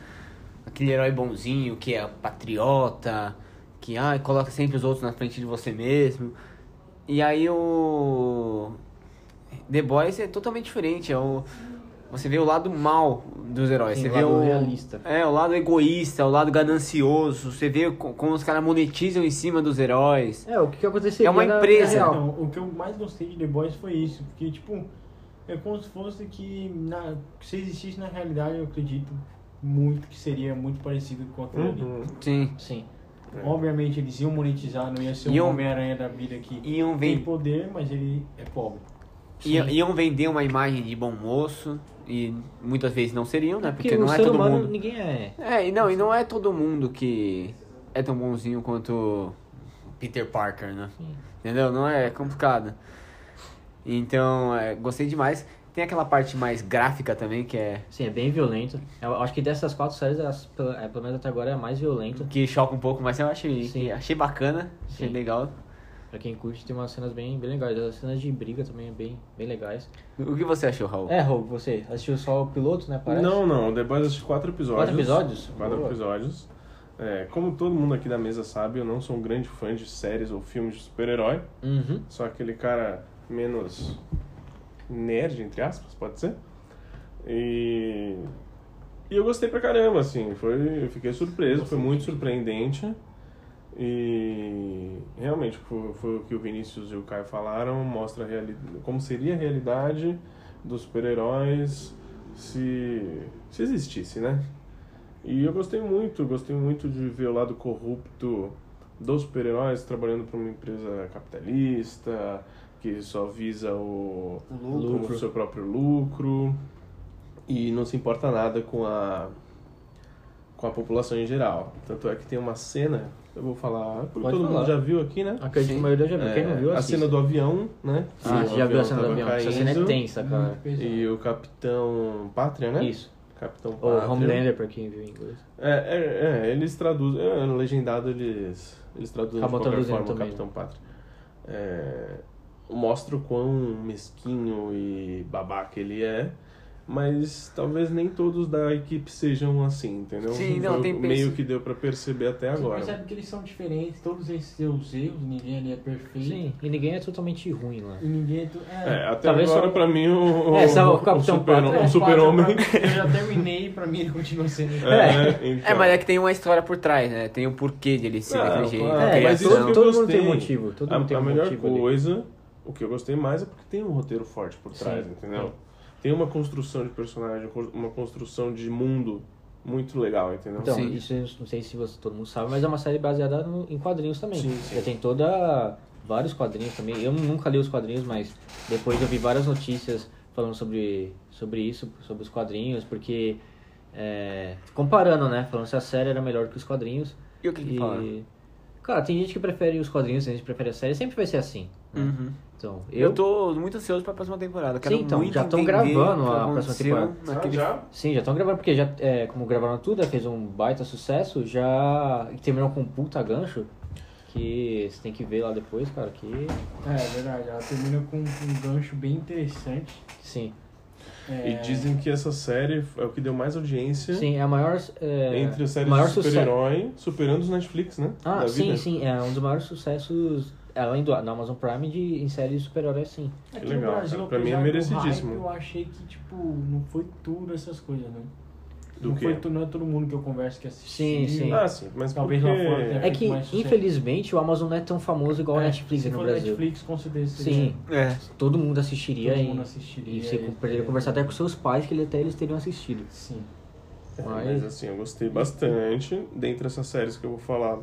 Aquele herói bonzinho que é patriota, que ah, coloca sempre os outros na frente de você mesmo. E aí o. The Boys é totalmente diferente. É o... Você vê o lado mal dos heróis. Sim, você o vê lado o. realista. É, o lado egoísta, o lado ganancioso. Você vê co- como os caras monetizam em cima dos heróis. É, o que, que aconteceria É uma na vida empresa. real? Então, o que eu mais gostei de The Boys foi isso, porque, tipo, é como se fosse que na, se existisse na realidade, eu acredito muito que seria muito parecido com é aquilo ali. Uhum. É. Sim. Sim. Obviamente, eles iam monetizar, não ia ser Iam- um Homem-Aranha da vida que Iam tem vender, poder, mas ele é pobre. iam, iam vender uma imagem de bom moço. E muitas vezes não seriam, né? Porque, Porque o não é ser todo humano, mundo. ninguém é... É, e não, e não é todo mundo que é tão bonzinho quanto Peter Parker, né? Sim. Entendeu? Não é, é complicado. Então, é, gostei demais. Tem aquela parte mais gráfica também, que é. Sim, é bem violento. Eu acho que dessas quatro séries, as- pelo- é, pelo menos até agora, é a mais violenta. que choca um pouco, mas eu achei, Sim. achei bacana, achei Sim. legal. Pra quem curte, tem umas cenas bem, bem legais. As cenas de briga também é bem, bem legais. O que você achou, Raul? É, Rob, você assistiu só o piloto, né? Parece? Não, não. The Boys assisti quatro episódios. Quatro episódios? Quatro Boa. episódios. É, como todo mundo aqui da mesa sabe, eu não sou um grande fã de séries ou filmes de super-herói. Uhum. Sou aquele cara menos nerd, entre aspas, pode ser. E, e eu gostei pra caramba, assim. Foi, eu fiquei surpreso, foi muito surpreendente. E realmente foi, foi o que o Vinícius e o Caio falaram, mostra a reali- como seria a realidade dos super-heróis se, se existisse, né? E eu gostei muito, gostei muito de ver o lado corrupto dos super-heróis trabalhando para uma empresa capitalista que só visa o, O lucro. o seu próprio lucro e não se importa nada com a com a população em geral. Tanto é que tem uma cena, eu vou falar, porque Pode todo falar. mundo já viu aqui, né? Acredito que Sim. a maioria já viu. Quem não viu, É, a assista. cena do avião, né? Ah, Que o você já viu a cena do tava avião. Essa cena é caindo, tensa, cara. E o Capitão Pátria, né? Isso. Capitão Ou Pátria. Homelander, pra quem viu em inglês. É, é, é, eles traduzem. É, no legendado eles, eles traduzem Acabam de qualquer traduzindo forma o também, Capitão Pátria. É, mostra o quão mesquinho e babaca ele é. Mas talvez nem todos da equipe sejam assim, entendeu? Sim, não, Foi tem meio pers- que deu pra perceber até agora. Você percebe que eles são diferentes, todos esses seus erros, ninguém ali é perfeito. Sim, e ninguém é totalmente ruim lá. E ninguém. é tu- É, até Talvez agora só- pra mim o, o, É, só o o Capitão super- Pátria. o É, super-homem. quatro pra mim, Eu já terminei, pra mim ele continua sendo. É, né? Então. É, mas é que tem uma história por trás, né? Tem o porquê dele ser Ah, daquele jeito. claro. a É, mas todo- isso criação. que eu todo mundo tem gostei. motivo, todo a, mundo tem a um melhor motivo ali. coisa, o que eu gostei mais é porque tem um roteiro forte por trás, Sim. entendeu? Tem uma construção de personagem, uma construção de mundo muito legal, entendeu? Então, Sim. isso eu não sei se você, todo mundo sabe, mas é uma série baseada no- em quadrinhos também. Sim, sim. Já tem toda. vários quadrinhos também. Eu nunca li os quadrinhos, mas depois eu vi várias notícias falando sobre, sobre isso, sobre os quadrinhos, porque. é, comparando, né? Falando se a série era melhor que os quadrinhos. E o que que fala? Cara, tem gente que prefere os quadrinhos, tem gente que prefere a série, sempre vai ser assim. né? Uhum. Então, Eu... eu. tô muito ansioso pra próxima temporada. Quero Sim, então, muito já tão entender gravando o que a próxima aconteceu temporada. Ah, naquele- já? Sim, já estão gravando, porque já, é, como gravaram tudo, né, fez um baita sucesso, já e terminou com um puta gancho, que você tem que ver lá depois, cara, que... É, é verdade, ela termina com um gancho bem interessante. Sim, É, E dizem que essa série é o que deu mais audiência sim, é a maior... É, entre as séries maior de super-herói, superando os Netflix, né? Ah, Da sim, vida. sim, é um dos maiores sucessos, além do na Amazon Prime, de, em série de super-herói, sim. aqui legal, no Brasil, cara. Pra mim é apesar do merecidíssimo. hype, eu achei que, tipo, não foi tudo essas coisas, né? Do não, quê? foi tu- não é todo mundo que eu converso que assiste. Sim, sim. Ah, sim, mas Talvez porque... lá fora tenha- É que, mais sucesso. infelizmente, o Amazon não é tão famoso igual a É, Netflix se no for Brasil. Netflix, com certeza. seria- Sim, É. todo mundo assistiria Todo e, mundo assistiria, e você e- poderia conversar até com seus pais, que ele- até eles teriam assistido. Sim. É, Mas assim, eu gostei bastante. Dentre essas séries que eu vou falar,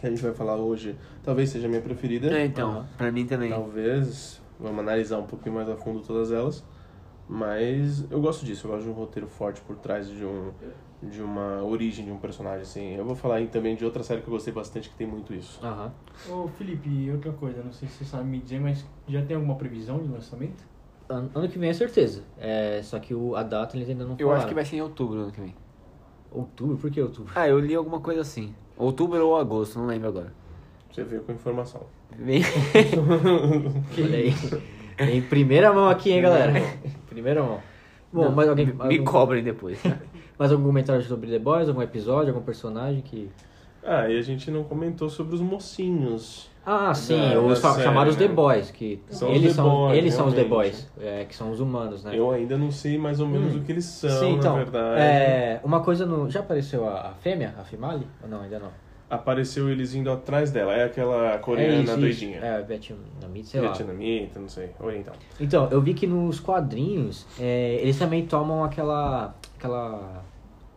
que a gente vai falar hoje, talvez seja a minha preferida. É, então, Aham. pra mim também. Talvez, vamos analisar um pouquinho mais a fundo todas elas. Mas eu gosto disso, eu gosto de um roteiro forte por trás de um de uma origem de um personagem assim. Eu vou falar aí também de outra série que eu gostei bastante que tem muito isso. Aham. Ô, Felipe, outra coisa, não sei se você sabe me dizer, mas já tem alguma previsão de lançamento? Ano, ano que vem é certeza. É, só que o, a data eles ainda não Eu falaram. acho que vai ser em outubro né, ano que vem. Outubro? Por que outubro? Ah, eu li alguma coisa assim. Outubro ou agosto, não lembro agora. Você veio com informação. Bem- Olha aí. Em primeira mão aqui, hein, galera? primeira mão. Bom, mas alguém. Me algum- cobrem depois. mais algum comentário sobre The Boys? Algum episódio? Algum personagem que. Ah, e a gente não comentou sobre os mocinhos. Ah, sim, Da- os da fa- é série, chamados The né? Boys. Que São os eles The são, Boys, eles são os The realmente. Boys, é, que são os humanos, né? Eu ainda não sei mais ou menos Hum. o que eles são, sim, então. na verdade. é, uma coisa no. Já apareceu a, a fêmea? A Fimali? Ou não, ainda não? Apareceu eles indo atrás dela. É aquela é coreana isso, isso. doidinha. É, Vietnamita, sei lá. Vietnamita, não sei. Oriental. Então, eu vi que nos quadrinhos é, eles também tomam aquela. aquela.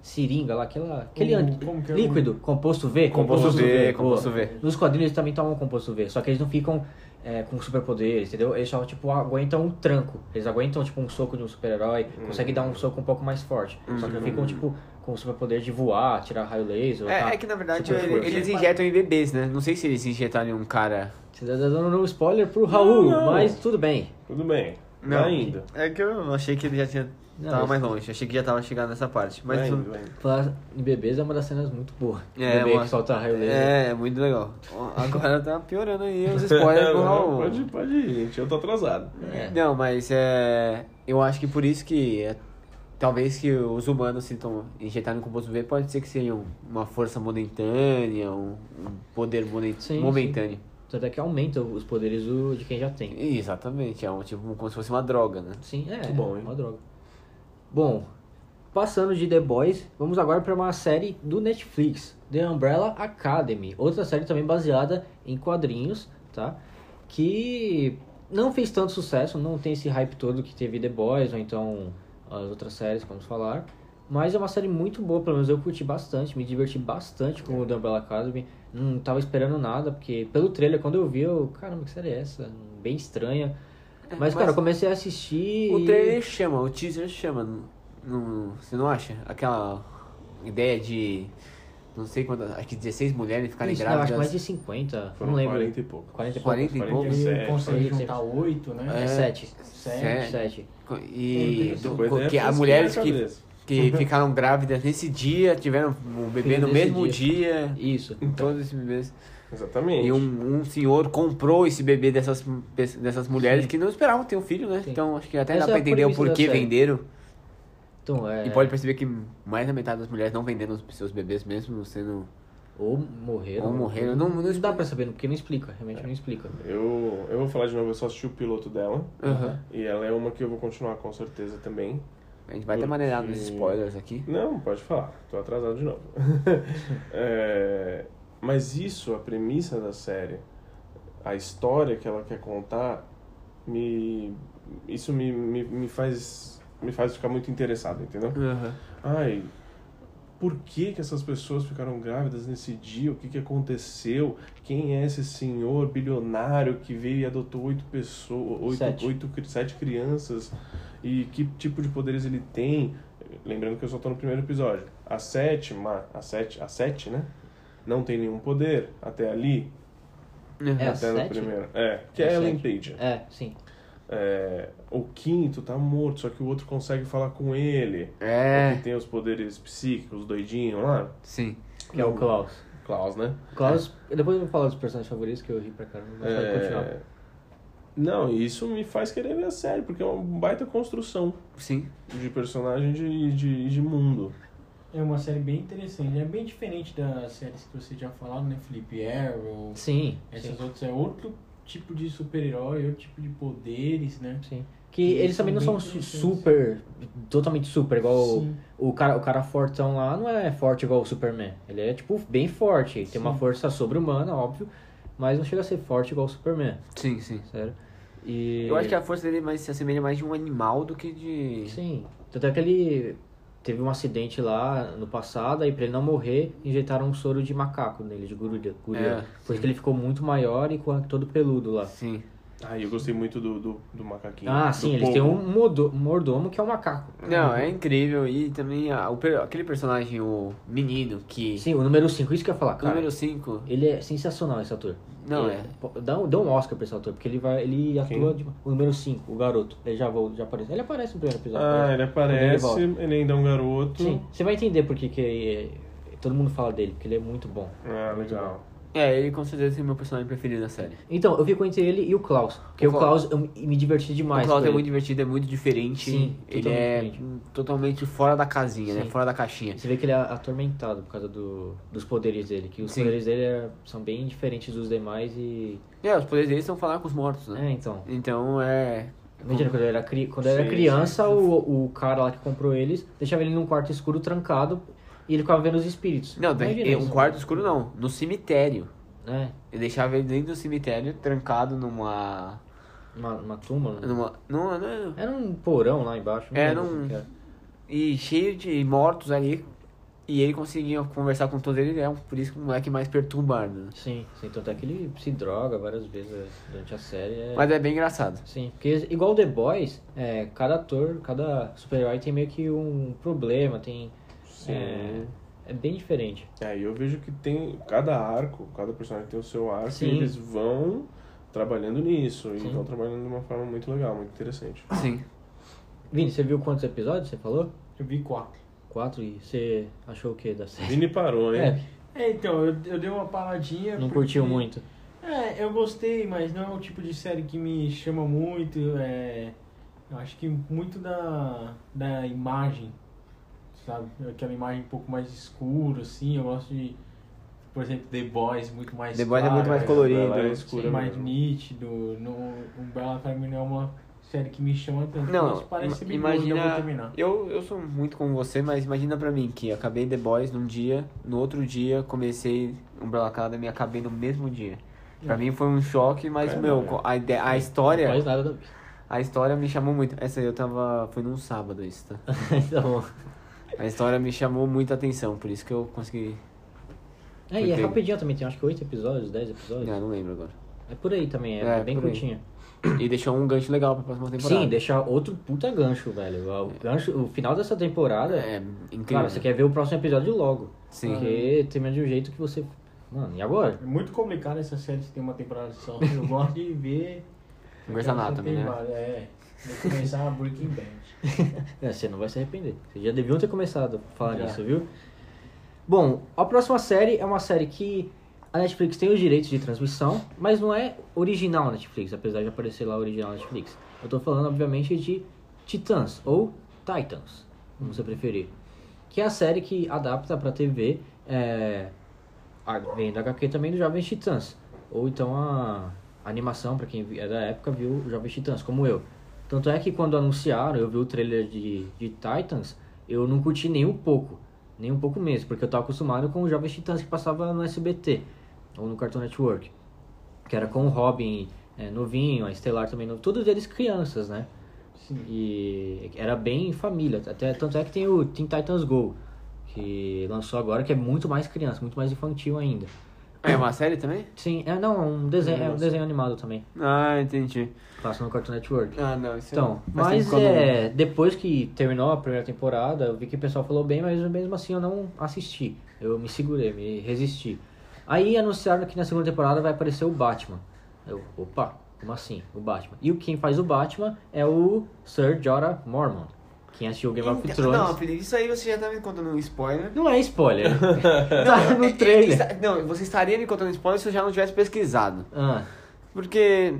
seringa lá, aquela, aquele Um- anti- como que é o líquido, composto V. Composto V, pô. composto V. Nos quadrinhos eles também tomam composto V, só que eles não ficam é, com superpoderes, entendeu? Eles só, tipo, aguentam um tranco. Eles aguentam, tipo, um soco de um super-herói, Hum. conseguem dar um soco um pouco mais forte. Só que não ficam, tipo, com o superpoder de voar, tirar raio laser. É, tá? é que na verdade Super ele- força. eles injetam em bebês, né? Não sei se eles injetaram em um cara. Você tá dando um spoiler pro Raul, Não, não. mas tudo bem. Tudo bem. Não. ainda. É que eu achei que ele já tinha. Não, tava mas- mais longe. Achei que já tava chegando nessa parte. Mas. ainda, tudo- ainda. Falar em bebês é uma das cenas muito boas. É, Bebê uma- que solta raio laser. É, muito legal. Agora tá piorando aí os spoilers do Raul. Pode, pode ir, gente. Eu tô atrasado. É. Não, mas é. Eu acho que por isso que. é, talvez que os humanos se tom- injetaram em composto V pode ser que seja um- uma força momentânea, um, um poder momen- Sim, momentâneo. Tanto é que aumenta os poderes do- de quem já tem. Exatamente, é um tipo como se fosse uma droga, né? Sim, é. Muito bom, hein? Uma droga. Bom, Passando de The Boys, vamos agora para uma série do Netflix, The Umbrella Academy, outra série também baseada em quadrinhos, tá? Que não fez tanto sucesso, não tem esse hype todo que teve The Boys ou então as outras séries, como falar. Mas é uma série muito boa, pelo menos eu curti bastante, me diverti bastante com o The Umbrella Academy. Não tava esperando nada, porque pelo trailer, quando eu vi, eu, caramba, que série é essa? Bem estranha. Mas, É, mas- cara, eu comecei a assistir. O e- trailer chama, o teaser chama. não- você não acha? Aquela ideia de. Não sei quantas. Acho que 16 mulheres ficarem Isso, não, assim, acho que mais grávidas. de 50, Foram não lembro. 40 e pouco. 40 e pouco. 40 e poucos. Sete, Ele conseguiu sete. juntar oito, né? É, É, 7. sete. 7. E Essa do- coisa é que fresquinha as mulheres na que, cabeça. que Uhum. ficaram grávidas nesse dia tiveram um bebê Filho no desse mesmo dia. Isso. Todos esses bebês. Exatamente. E um, um senhor comprou esse bebê dessas, pe- dessas mulheres que não esperavam ter um filho, né? Sim. Então acho que até Essa dá é pra a entender o premissa da porquê série. venderam. Então, é... E pode perceber que mais da metade das mulheres não venderam os seus bebês mesmo sendo. Ou morreram. Ou morreram, não- não dá explica. pra saber, porque não explica. Realmente não explica. Eu, eu vou falar de novo, eu só assisti o piloto dela. Aham. E ela é uma que eu vou continuar com certeza também. A gente vai ter maneirado nos Porque- spoilers aqui. Não, pode falar. Tô atrasado de novo. É, mas isso, a premissa da série, a história que ela quer contar, me isso me, me, me faz me faz ficar muito interessado, entendeu? Ai, por que que essas pessoas ficaram grávidas nesse dia? O que que aconteceu? Quem é esse senhor bilionário que veio e adotou oito pessoas, oito, Sete. oito cri- sete crianças? E que tipo de poderes ele tem? Lembrando que eu só tô no primeiro episódio. A sétima, a sete, a sete, né? Não tem nenhum poder até ali, É a até no sete? primeiro. É, que A é Ellen sete. Page. É, sim. É, o quinto tá morto, só que o outro consegue falar com ele. Que É, tem os poderes psíquicos, doidinho lá. sim. Que é o Klaus. Klaus, né? Klaus... Depois eu vou falar dos personagens favoritos, que eu ri pra caramba. Mas pode continuar. É... Não, e isso me faz querer ver a série, porque é uma baita construção Sim. de personagem de, de, de mundo. É uma série bem interessante. É bem diferente das séries que você já falou, né? Felipe Arrow. Sim, Essas sim, outras é outro tipo de super-herói, outro tipo de poderes, né? sim. Que Eles eles são também não bem são su- interessantes. super... Totalmente super, igual... o- Sim. O cara, o cara fortão lá não é forte igual o Superman. Ele é, tipo, bem forte. Ele Tem uma Sim. força sobre-humana, óbvio. Mas não chega a ser forte igual o Superman, Sim, sim. sério. E... Eu acho que a força dele é mais, se assemelha mais de um animal do que de. Sim. Tanto é que ele teve um acidente lá no passado, aí pra ele não morrer, injetaram um soro de macaco nele, de gorila. gorila. É, Porque ele ficou muito maior e com todo peludo lá. Sim. Ah, e eu gostei muito do, do, do macaquinho. Ah, do sim, eles povo. têm um modo- mordomo que é o macaco. Não, é incrível. E também a- o per- aquele personagem, o menino, que. Sim, o número 5, isso que eu ia falar, cara. Número 5. Ele é sensacional esse ator. Não, Ele- é. pô, Dá, um- dá um Oscar pra esse ator, porque ele vai. Ele atua de, o número 5, o garoto. Ele já, volta, já aparece. Ele aparece no primeiro episódio. Ah, aparece. ele Quando aparece, ele ele, ainda é um garoto. Sim. Você vai entender porque que eh, todo mundo fala dele, porque ele é muito bom. Ah, legal. É, ele com certeza é meu personagem preferido da série. Então, eu fico entre ele e o Klaus. Porque O o Klaus, eu me diverti demais. o Klaus com é ele. muito divertido, é muito diferente. Sim, ele totalmente é diferente. hum, totalmente fora da casinha, né? Sim. Fora da caixinha. Você vê que ele é atormentado por causa do, dos poderes dele, que os Sim. poderes dele é- são bem diferentes dos demais e. É, os poderes dele são falar com os mortos, né? É, então. Então é. Imagina, quando eu era, cri... quando eu era Sim, criança, O, o cara lá que comprou eles deixava ele num quarto escuro trancado e ele ficava vendo os espíritos. Não, Imagina é um isso. quarto escuro não. No cemitério. É, Eu deixava ele dentro do cemitério, trancado numa. uma, uma túmulo. numa. numa, né? numa Era um porão lá embaixo. não Era lembro um- o que era. e cheio de mortos ali. E ele conseguia conversar com todos eles, é um- por isso que o moleque é mais perturbado. né? Sim, sim, tanto é que ele se droga várias vezes é, durante a série. é- Mas é bem engraçado. Sim, porque igual o The Boys, é, cada ator, cada super-herói tem meio que um problema, tem. Sim. É, é bem diferente. Aí eu vejo que tem cada arco, cada personagem tem o seu arco Sim. e eles vão trabalhando nisso. E Sim. vão trabalhando de uma forma muito legal, muito interessante. Sim. Vini, você viu quantos episódios? Você falou? Eu vi quatro. Quatro e você achou o que da série? Vini parou, hein? É, É, então, eu, eu dei uma paradinha. não porque- curtiu muito. É, eu gostei, mas não é o tipo de série que me chama muito. É, eu acho que muito da, da imagem, sabe? Aquela imagem um pouco mais escura, assim. Eu gosto de, por exemplo, The Boys, muito mais The Boys é muito mais claro, colorido, Ela é sim, escura mais mesmo. nítido. No Umbrella Academy não é uma série que me chama tanto. Não, mas parece ima- bem boa, eu vou imagina. terminar. Eu, eu sou muito como você, mas imagina pra mim que acabei The Boys num dia, no outro dia comecei Umbrella Academy e acabei no mesmo dia. Pra É. mim foi um choque, mas, Caramba, meu, velho. a, ideia, a história. Mais nada da vida. A história me chamou muito. Essa aí eu tava. Foi num sábado isso, tá? então, A história me chamou muita atenção, por isso que eu consegui. é, e é Porque- rapidinho também, tem acho que 8 episódios, 10 episódios. né, Não, não lembro agora. É por aí também, é, É, bem por aí. curtinho. E deixou um gancho legal pra próxima temporada. Sim, deixar outro puta gancho, velho. O, gancho, o final dessa temporada. É incrível. Claro, você quer ver o próximo episódio logo. Sim. Porque termina de um jeito que você. Mano, e agora? É muito complicado essa série se tem uma temporada só. Eu gosto de ver. Conversa nada também, Tem né? várias, É. Vou começar a Breaking Bad. É, você não vai se arrepender. Você já deviam ter começado a falar Já. nisso, viu? Bom, a próxima série é uma série que a Netflix tem os direitos de transmissão, mas não é original Netflix, apesar de aparecer lá original Netflix. Eu tô falando, obviamente, de Titãs, ou Titans, como você preferir. Que é a série que adapta pra TV, é, a, vem da HQ também do Jovens Titãs. Ou então a, a animação, pra quem vi- é da época, viu o Jovens Titãs, como eu. Tanto é que quando anunciaram, eu vi o trailer de, de Titans, eu não curti nem um pouco. Nem um pouco mesmo, porque eu tava acostumado com os Jovens Titãs que passava no SBT, ou no Cartoon Network. Que era com o Robin é, novinho, a Estelar também, novo, todos eles crianças, né? Sim. E era bem família. Até, tanto é que tem o Teen Titans Go, que lançou agora, que é muito mais criança, muito mais infantil ainda. É uma série também? Sim, é não, é um desenho, é um Animação. desenho animado também. Ah, entendi. Passa no Cartoon Network. Ah, não, isso Então, não- faz mas tempo que eu não- é, depois que terminou a primeira temporada, eu vi que o pessoal falou bem, mas mesmo assim eu não assisti. Eu me segurei, me resisti. Aí anunciaram que na segunda temporada vai aparecer o Batman. Eu, opa, como assim? O Batman. E o- quem faz o Batman é o Sir Jorah Mormont. Quem assistiu Game of Então, Não, Thrones. Felipe, isso aí você já tá me contando um spoiler. Não é spoiler. tá É, no é, trailer. está- Não, você estaria me contando spoiler se eu já não tivesse pesquisado. Ah, Porque.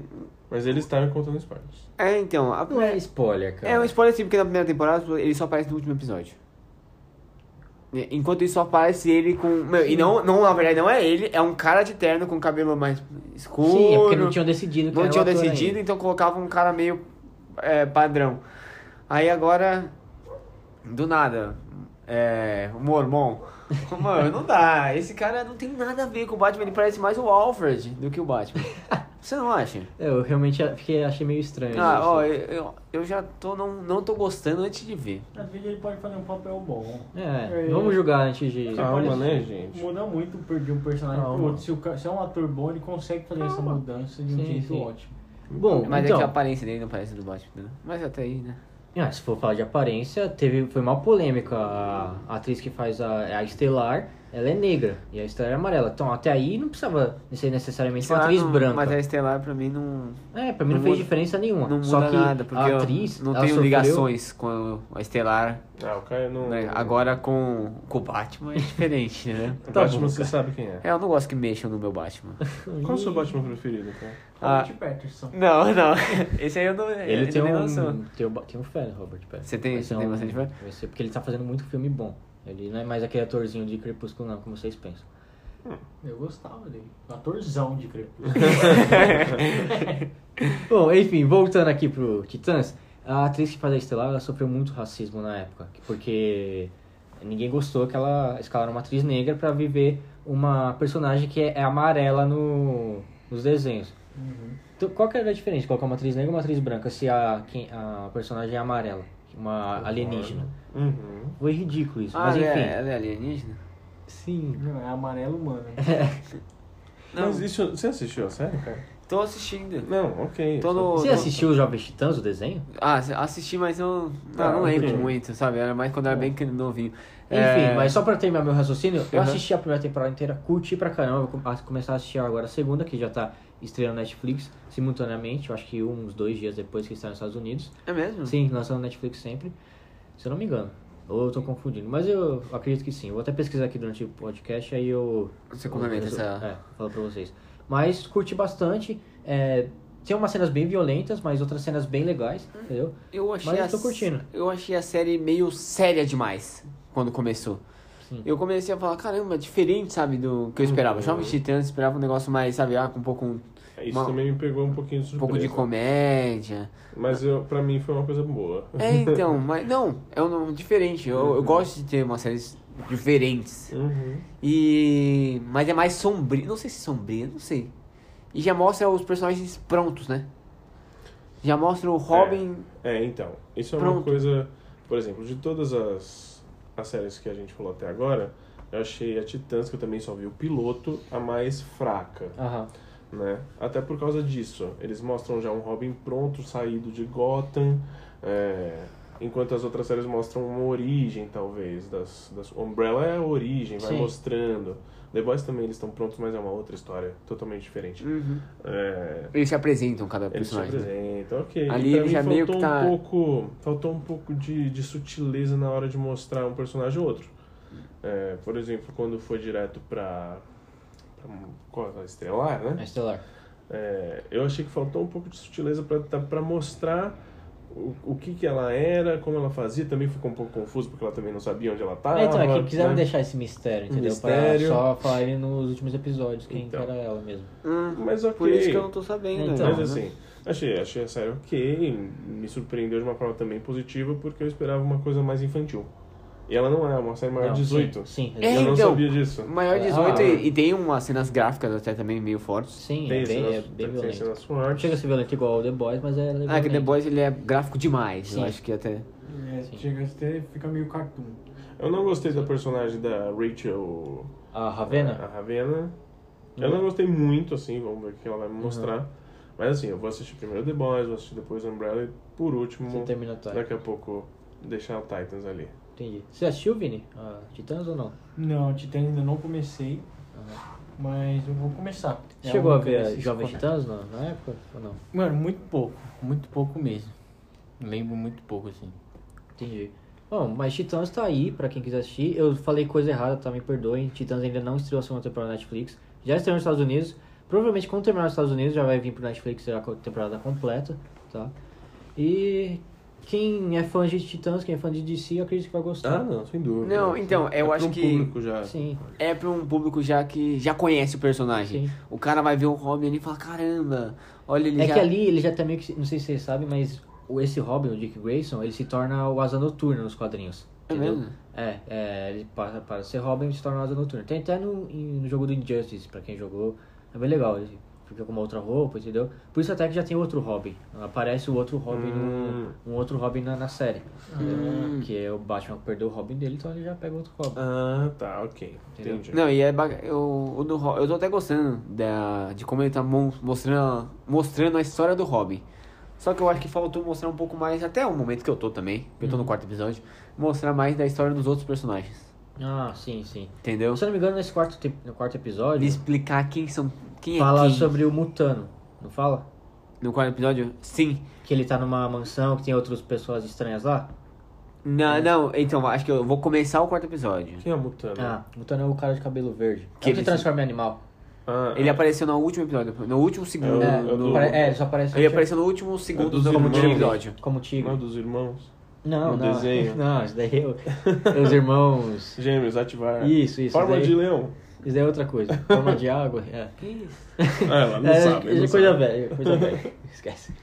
Mas ele está me contando spoilers. É, então. a- não é spoiler, cara. É um spoiler sim, porque na primeira temporada ele só aparece no último episódio. E- Enquanto isso, só aparece ele com. Meu, e não, não, na verdade, não é ele, é um cara de terno com cabelo mais escuro. Sim, é porque não tinham decidido. quem Não era o tinham ator decidido, ainda. então colocava um cara meio é, padrão. Aí agora, do nada, é, o Mormon. Mano, não dá. Esse cara não tem nada a ver com o Batman. Ele parece mais o Alfred do que o Batman. Você não acha? É, Eu realmente fiquei, achei meio estranho. Ah, É isso. ó, eu, eu- eu já tô, não, não tô gostando antes de ver. Às vezes ele pode fazer um papel bom. É, não vamos julgar antes de. Calma, pode- né, gente? Muda muito per- de um personagem pro Calma. outro. Se, o ca- se é um ator bom, ele consegue fazer essa mudança de um Sim, jeito sim. ótimo. Bom, Mas então, é que a aparência dele não parece do Batman, né? Mas até aí, né? Ah, se for falar de aparência, teve, foi uma polêmica. A a atriz que faz a, a Estelar, ela é negra e a Estelar é amarela. Então até aí não precisava ser necessariamente uma Estelar é atriz Ah, não- branca. Mas a Estelar pra mim não, É, pra mim não, não fez muda- diferença nenhuma. não muda Só que nada, porque a eu atriz não ela tenho sofreu- ligações com a Estelar. Ah, o Caio não. né? Agora com, com o Batman é diferente, né? O Tá Batman bom, você sabe quem é. É, eu não gosto que mexam no meu Batman. Qual o seu Batman preferido, cara? Ah. Robert Patterson. Não, não. Esse aí eu não. Ele eu tem nem um, noção. tem um. ba- Tem um fé, no Robert Pattinson. Você tem- Vai você ser um tem bastante fé? vai ser- porque ele tá fazendo muito filme bom. Ele não é mais aquele atorzinho de Crepúsculo, não, como vocês pensam. Eu gostava dele. Um atorzão de Crepúsculo. Bom, enfim, voltando aqui pro Titãs, a atriz que faz a Estelar, ela sofreu muito racismo na época, porque ninguém gostou que ela escalaram uma atriz negra pra viver uma personagem que é, é amarela no, nos desenhos. Uhum. Então, qual que era a diferença de colocar uma atriz negra ou uma atriz branca se a, quem, a personagem é amarela, uma alienígena? Uhum. Foi ridículo isso, Ah, mas ela enfim. é, ela é alienígena? Sim. Não, é amarelo humano. Não, Mas isso. Você assistiu a série, cara? tô assistindo. Não, ok. Tô no- Você assistiu os Jovens Titãs, o desenho? Ah, assisti, mas Tá, eu não, Ah, não lembro entendi. muito, sabe? Era mais quando eu era bem novinho. É. Enfim, mas só pra terminar meu raciocínio, eu Uhum. assisti a primeira temporada inteira, curti pra caramba. Vou com- a- começar a assistir agora a segunda, que já tá estreando na Netflix simultaneamente, eu acho que um, uns dois dias depois que está nos Estados Unidos. É mesmo? Sim, lançando na Netflix sempre, se eu não me engano. Ou eu tô confundindo, mas eu acredito que sim. Eu vou até pesquisar aqui durante o podcast, aí eu. Você complementa eu- eu- essa- É, falo pra vocês. Mas curti bastante. é, tem umas cenas bem violentas, mas outras cenas bem legais, Hum. entendeu? Eu achei Mas eu a tô s- curtindo. Eu achei a série meio séria demais quando começou. Eu comecei a falar, caramba, é diferente, sabe, do que eu esperava. Jovens Titãs esperava um negócio mais, sabe, ah, com um pouco, um Isso Uma- também me pegou um pouquinho de surpresa. pouco de comédia. Mas eu, pra mim foi uma coisa boa. É, então, mas não, é um nome diferente. Eu, eu gosto de ter umas séries diferentes. Uhum. E. Mas é mais sombrio. Não sei se sombrio, não sei. E já mostra os personagens prontos, né? Já mostra o Robin. É, então, isso é uma Pronto. coisa, por exemplo, de todas as, as séries que a gente falou até agora, eu achei a Titãs, que eu também só vi o piloto, a mais fraca, Aham. né? Até por causa disso, eles mostram já um Robin pronto, saído de Gotham, é, enquanto as outras séries mostram uma origem, talvez, das, das Umbrella é a origem, vai Sim. mostrando. The Boys também eles estão prontos, mas é uma outra história, totalmente diferente. Uhum. É, Eles se apresentam cada eles se personagem. né? apresentam, ok. Ali E pra ele mim já faltou meio que tá- um pouco, faltou um pouco de, de sutileza na hora de mostrar um personagem ou outro. Hum. É, por exemplo, quando foi direto pra, pra um- qual é, Estelar, né? É Estelar. É, eu achei que faltou um pouco de sutileza pra- tá- pra mostrar o, o que que ela era, como ela fazia. Também ficou um pouco confuso porque ela também não sabia onde ela né? estava. É, então, é que quiseram deixar esse mistério, entendeu? Um Mistério. Pra só falarem nos últimos episódios quem Então. era ela mesmo. Hum, Mas ok. Por isso que eu não tô sabendo. Então, Mas né? assim, achei, achei a série ok, me surpreendeu de uma forma também positiva, porque eu esperava uma coisa mais infantil. E ela não é, uma série maior Não, de 18. Sim, sim, É, eu não então. sabia disso. Maior de Ah. 18 e, e tem umas cenas gráficas até também meio fortes. Ah, sim Tem é, bem, é cenas- bem tem violento. cenas fortes. Não chega a ser violento igual o The Boys, mas é legal. Ah, que The Boys ele é gráfico demais. Sim. Eu acho que até. É, chega a ter, fica meio cartoon. Eu não gostei da personagem da Rachel A A, Ravena? Ravena. Eu não gostei muito, assim, vamos ver o que ela vai me mostrar. Mas assim, eu vou assistir primeiro The Boys, vou assistir depois Umbrella e por último, Você termina o Titan. daqui a pouco, deixar o Titans ali. Entendi. Você assistiu, Vini? A Titãs ou não? Não, Titãs ainda não comecei, mas eu vou começar. É um Chegou a uma que eu ver a assisto Jovem quando- Titãs na, na época ou não? Mano, muito pouco, muito pouco mesmo. Lembro muito pouco, assim. Entendi. Bom, mas Titãs tá aí, pra quem quiser assistir. Eu falei coisa errada, tá? Me perdoem. Titãs ainda não estreou a segunda temporada na Netflix. Já estreou nos Estados Unidos. Provavelmente quando terminar nos Estados Unidos já vai vir pro Netflix será a temporada completa, tá? E quem é fã de Titãs, quem é fã de DC, eu acredito que vai gostar. Ah, não, sem dúvida. Não, então, eu pra acho um que- público já. Sim, É pra um público já que já conhece o personagem. Sim. O cara vai ver o Robin ali e fala: caramba, olha ele é já. que ali ele já tá meio que. Não sei se vocês sabem, mas o- esse Robin, o Dick Grayson, ele se torna o Asa Noturna nos quadrinhos. É Entendeu? mesmo? É, é, ele passa para ser Robin e se torna o Asa Noturna. Tem até no, em- no jogo do Injustice, pra quem jogou, é bem legal. Ele fica com uma outra roupa, entendeu? Por isso até que já tem outro Robin. Aparece o outro Robin Hum. no. Um outro Robin na, na série. Hum. entendeu? Que é o Batman que perdeu o Robin dele, então ele já pega outro Robin. Ah, tá, ok. Entendi. Não, e é baga... eu, o do Ro- eu tô até gostando da... de como ele tá mon- mostrando, mostrando a história do Robin. Só que eu acho que faltou mostrar um pouco mais, até o momento que eu tô também, que eu tô no Uhum. quarto episódio, mostrar mais da história dos outros personagens. Ah, sim, sim. Entendeu? Se eu não me engano, nesse quarto, te- no quarto episódio, Ele explicar quem são. Quem é fala quem. sobre o Mutano, não fala? No quarto episódio? Sim. Que ele tá numa mansão que tem outras pessoas estranhas lá? É. Não, não, então, acho que eu vou começar o quarto episódio. Quem é Mutano? Ah, o Mutano é o cara de cabelo verde. Que Que ele ele se- transforma em animal. Ah, Ele ah, apareceu no último episódio, no último segundo. É, no- eu no- tô- Apare- É, só aparece. Ele apareceu no último É segundo dos do irmãos. último episódio. Como não é tigre. dos irmãos. Não, No não. desenho. Não, isso daí é o- os irmãos. Gêmeos, ativar. Isso, isso, Forma daí- de leão. Isso daí é outra coisa. Forma de água. É. Ah, ela não é, sabe. é não coisa sabe. velha, coisa velha. Esquece.